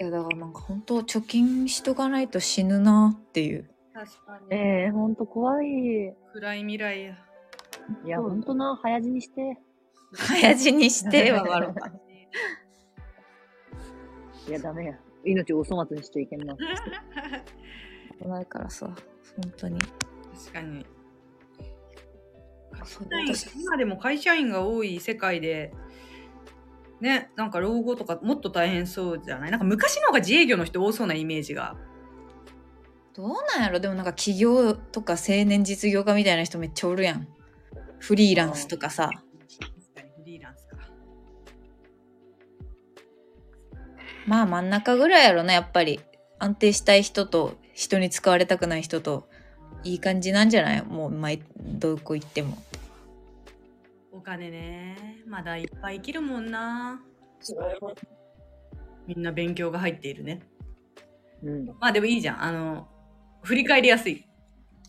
Speaker 2: いやだからなんか本当貯金しとかないと死ぬなっていう
Speaker 1: 確かに。
Speaker 3: ええほんと怖い。い
Speaker 1: 暗い未来や。
Speaker 3: や、ほんとな、早死にして。
Speaker 2: 早死にしては笑
Speaker 1: *laughs*
Speaker 2: う *laughs* か
Speaker 3: いや、ダメや。命をお粗末にしちゃいけんな。
Speaker 2: 危ないからさ本当に
Speaker 1: 確かに。
Speaker 2: そう私
Speaker 1: 今でも会社員が多い世界で、ね、なんか老後とかもっと大変そうじゃないなんか昔の方が自営業の人多そうなイメージが。
Speaker 2: どうなんやろでもなんか起業とか青年実業家みたいな人めっちゃおるやんフリーランスとかさ
Speaker 1: 確かにフリーランスか。
Speaker 2: まあ真ん中ぐらいやろなやっぱり安定したい人と人に使われたくない人といい感じなんじゃないもう毎どこ行っても
Speaker 1: お金ねまだいっぱい生きるもんなみんな勉強が入っているね
Speaker 3: うん。
Speaker 1: まあでもいいじゃんあの振り返りやすい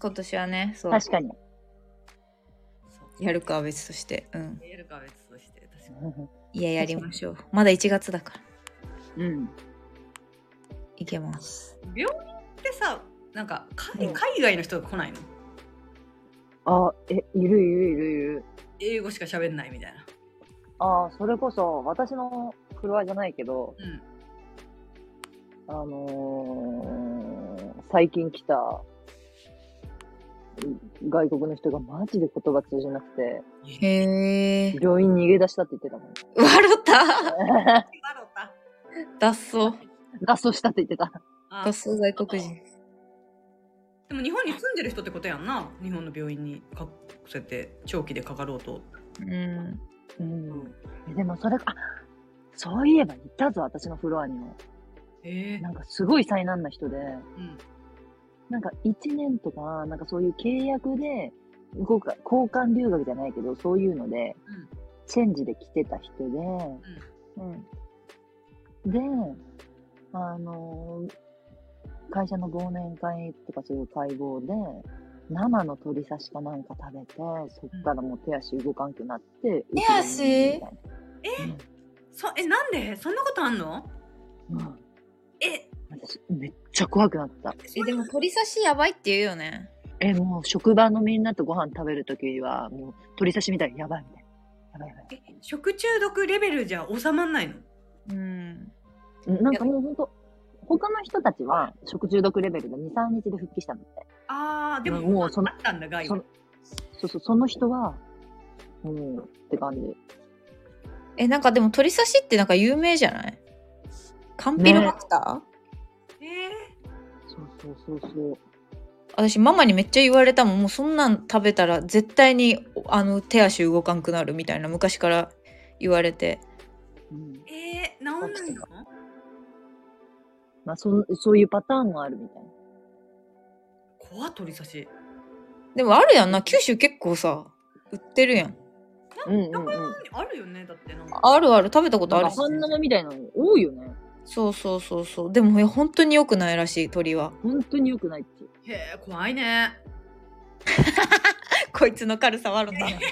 Speaker 2: 今年はねそう
Speaker 3: 確かに。
Speaker 1: そう
Speaker 2: やるかは別としてうん
Speaker 1: やるかは別として確かに
Speaker 2: いややりましょうまだ1月だから
Speaker 3: うん。
Speaker 2: いけます
Speaker 1: 病院ってさなんか海,、
Speaker 3: うん
Speaker 1: 海外の人が来ないの
Speaker 3: あ、え、いるいるいるいる。
Speaker 1: 英語しか喋んないみたいな
Speaker 3: ああ、それこそ、私のフロアじゃないけど、
Speaker 1: うん
Speaker 3: あのー、最近来たうん外国の人がマジで言葉通じなくて、
Speaker 2: へえ
Speaker 3: 病院逃げ出したって言ってたも
Speaker 2: 笑った *laughs*
Speaker 3: ん。
Speaker 2: 脱走
Speaker 3: 脱走したって言ってた。
Speaker 1: あ
Speaker 2: 脱走外国人
Speaker 1: でも日本に住んでる人ってことやんな日本の病院にかそうやって長期でかかろうと
Speaker 2: うん
Speaker 3: うん。えでもそれ、あ、そういえばいたぞ、私のフロアにも。
Speaker 1: ええ
Speaker 3: なんかすごい災難な人で、
Speaker 1: うん
Speaker 3: なんか1年とか、なんかそういう契約で、交換交換留学じゃないけど、そういうので、チェンジで来てた人で、で、あのー会社の忘年会とかそういう会合で、生の鶏刺しかなんか食べて、そっからもう手足動かんくなって、
Speaker 2: 手足
Speaker 3: え
Speaker 1: そえなんでそんなことあんの
Speaker 3: うん、
Speaker 1: え
Speaker 3: 私、めっちゃ怖くなった。
Speaker 2: えでも鳥刺しやばいって言うよね
Speaker 3: え、もう職場のみんなとご飯食べるときは、もう鶏刺しみたいにやばいみたいな。やばいや
Speaker 1: え食中毒レベルじゃ収まんないの
Speaker 2: うん
Speaker 3: ばい。なんかもうほんと、他の人たちは食中毒レベルが2、3日で復帰したんだって。
Speaker 1: あーでも
Speaker 3: もうその
Speaker 1: あったんだ害
Speaker 3: そ
Speaker 1: は
Speaker 3: のそうそう、その人は、もう、って感じ。
Speaker 2: えなんかでも鳥刺しってなんか有名じゃないカンピロバクター、
Speaker 1: えー、
Speaker 3: そうそうそうそう。
Speaker 2: 私ママにめっちゃ言われたもんもうそんなん食べたら絶対にあの手足動かんくなるみたいな昔から言われて
Speaker 3: うん、
Speaker 1: えー、治んないの
Speaker 3: まあそん、そういうパターンもあるみたいな。
Speaker 1: 怖っ鳥刺し
Speaker 2: でもあるやんな九州結構さ売ってるやん
Speaker 3: うんうん
Speaker 1: な
Speaker 3: うん
Speaker 1: か
Speaker 3: ん。
Speaker 1: あるよねだってなんか
Speaker 2: あるある食べたことあ
Speaker 3: なん
Speaker 2: る
Speaker 3: か
Speaker 2: し
Speaker 3: 半生みたいなの多いよね。
Speaker 2: そうそうそうそうでもいや本当に良くないらしい鳥は *laughs*
Speaker 3: 本当に良くないっていう。
Speaker 1: へえ怖いね
Speaker 2: こいつの軽さはあるんだへ
Speaker 1: *laughs* い
Speaker 2: *laughs*
Speaker 1: や重い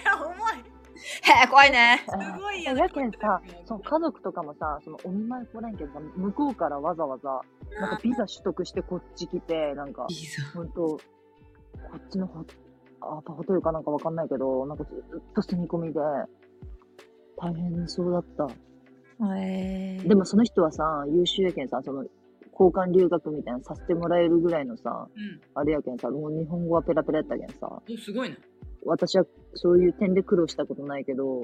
Speaker 2: え怖いね
Speaker 1: すごい
Speaker 3: や
Speaker 1: や
Speaker 3: やけんさ、その家族とかもさ、そのお見舞い来れんけどさ、向こうからわざわざ、なんかビザ取得してこっち来て、なんか、
Speaker 1: いいぞ
Speaker 3: ほんと、こっちのホアパホテルかなんかわかんないけど、なんかずっと住み込みで、大変そうだった。
Speaker 2: へえ
Speaker 3: でもその人はさ、優秀やけんさ、その、交換留学みたいなのさせてもらえるぐらいのさ、
Speaker 1: うん
Speaker 3: あれやけんさ、もう日本語はペラペラやったけんさ、
Speaker 1: おすごいね
Speaker 3: 私はそういう点で苦労したことないけど、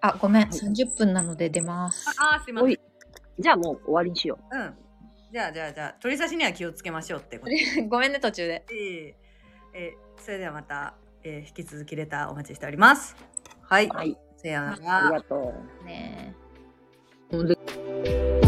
Speaker 2: あごめん30分なので出ます
Speaker 1: ああーすいません
Speaker 3: おいじゃあもう終わりにしよ
Speaker 1: うんじゃあじゃあじゃあ鳥刺しには気をつけましょうってこと
Speaker 2: *laughs* ごめんね途中で
Speaker 1: えーえーそれではまた、えー、引き続きレターお待ちしております。はい。
Speaker 3: う。はい、
Speaker 1: せやな
Speaker 3: あり
Speaker 1: ら。
Speaker 3: がとう。
Speaker 2: ねえ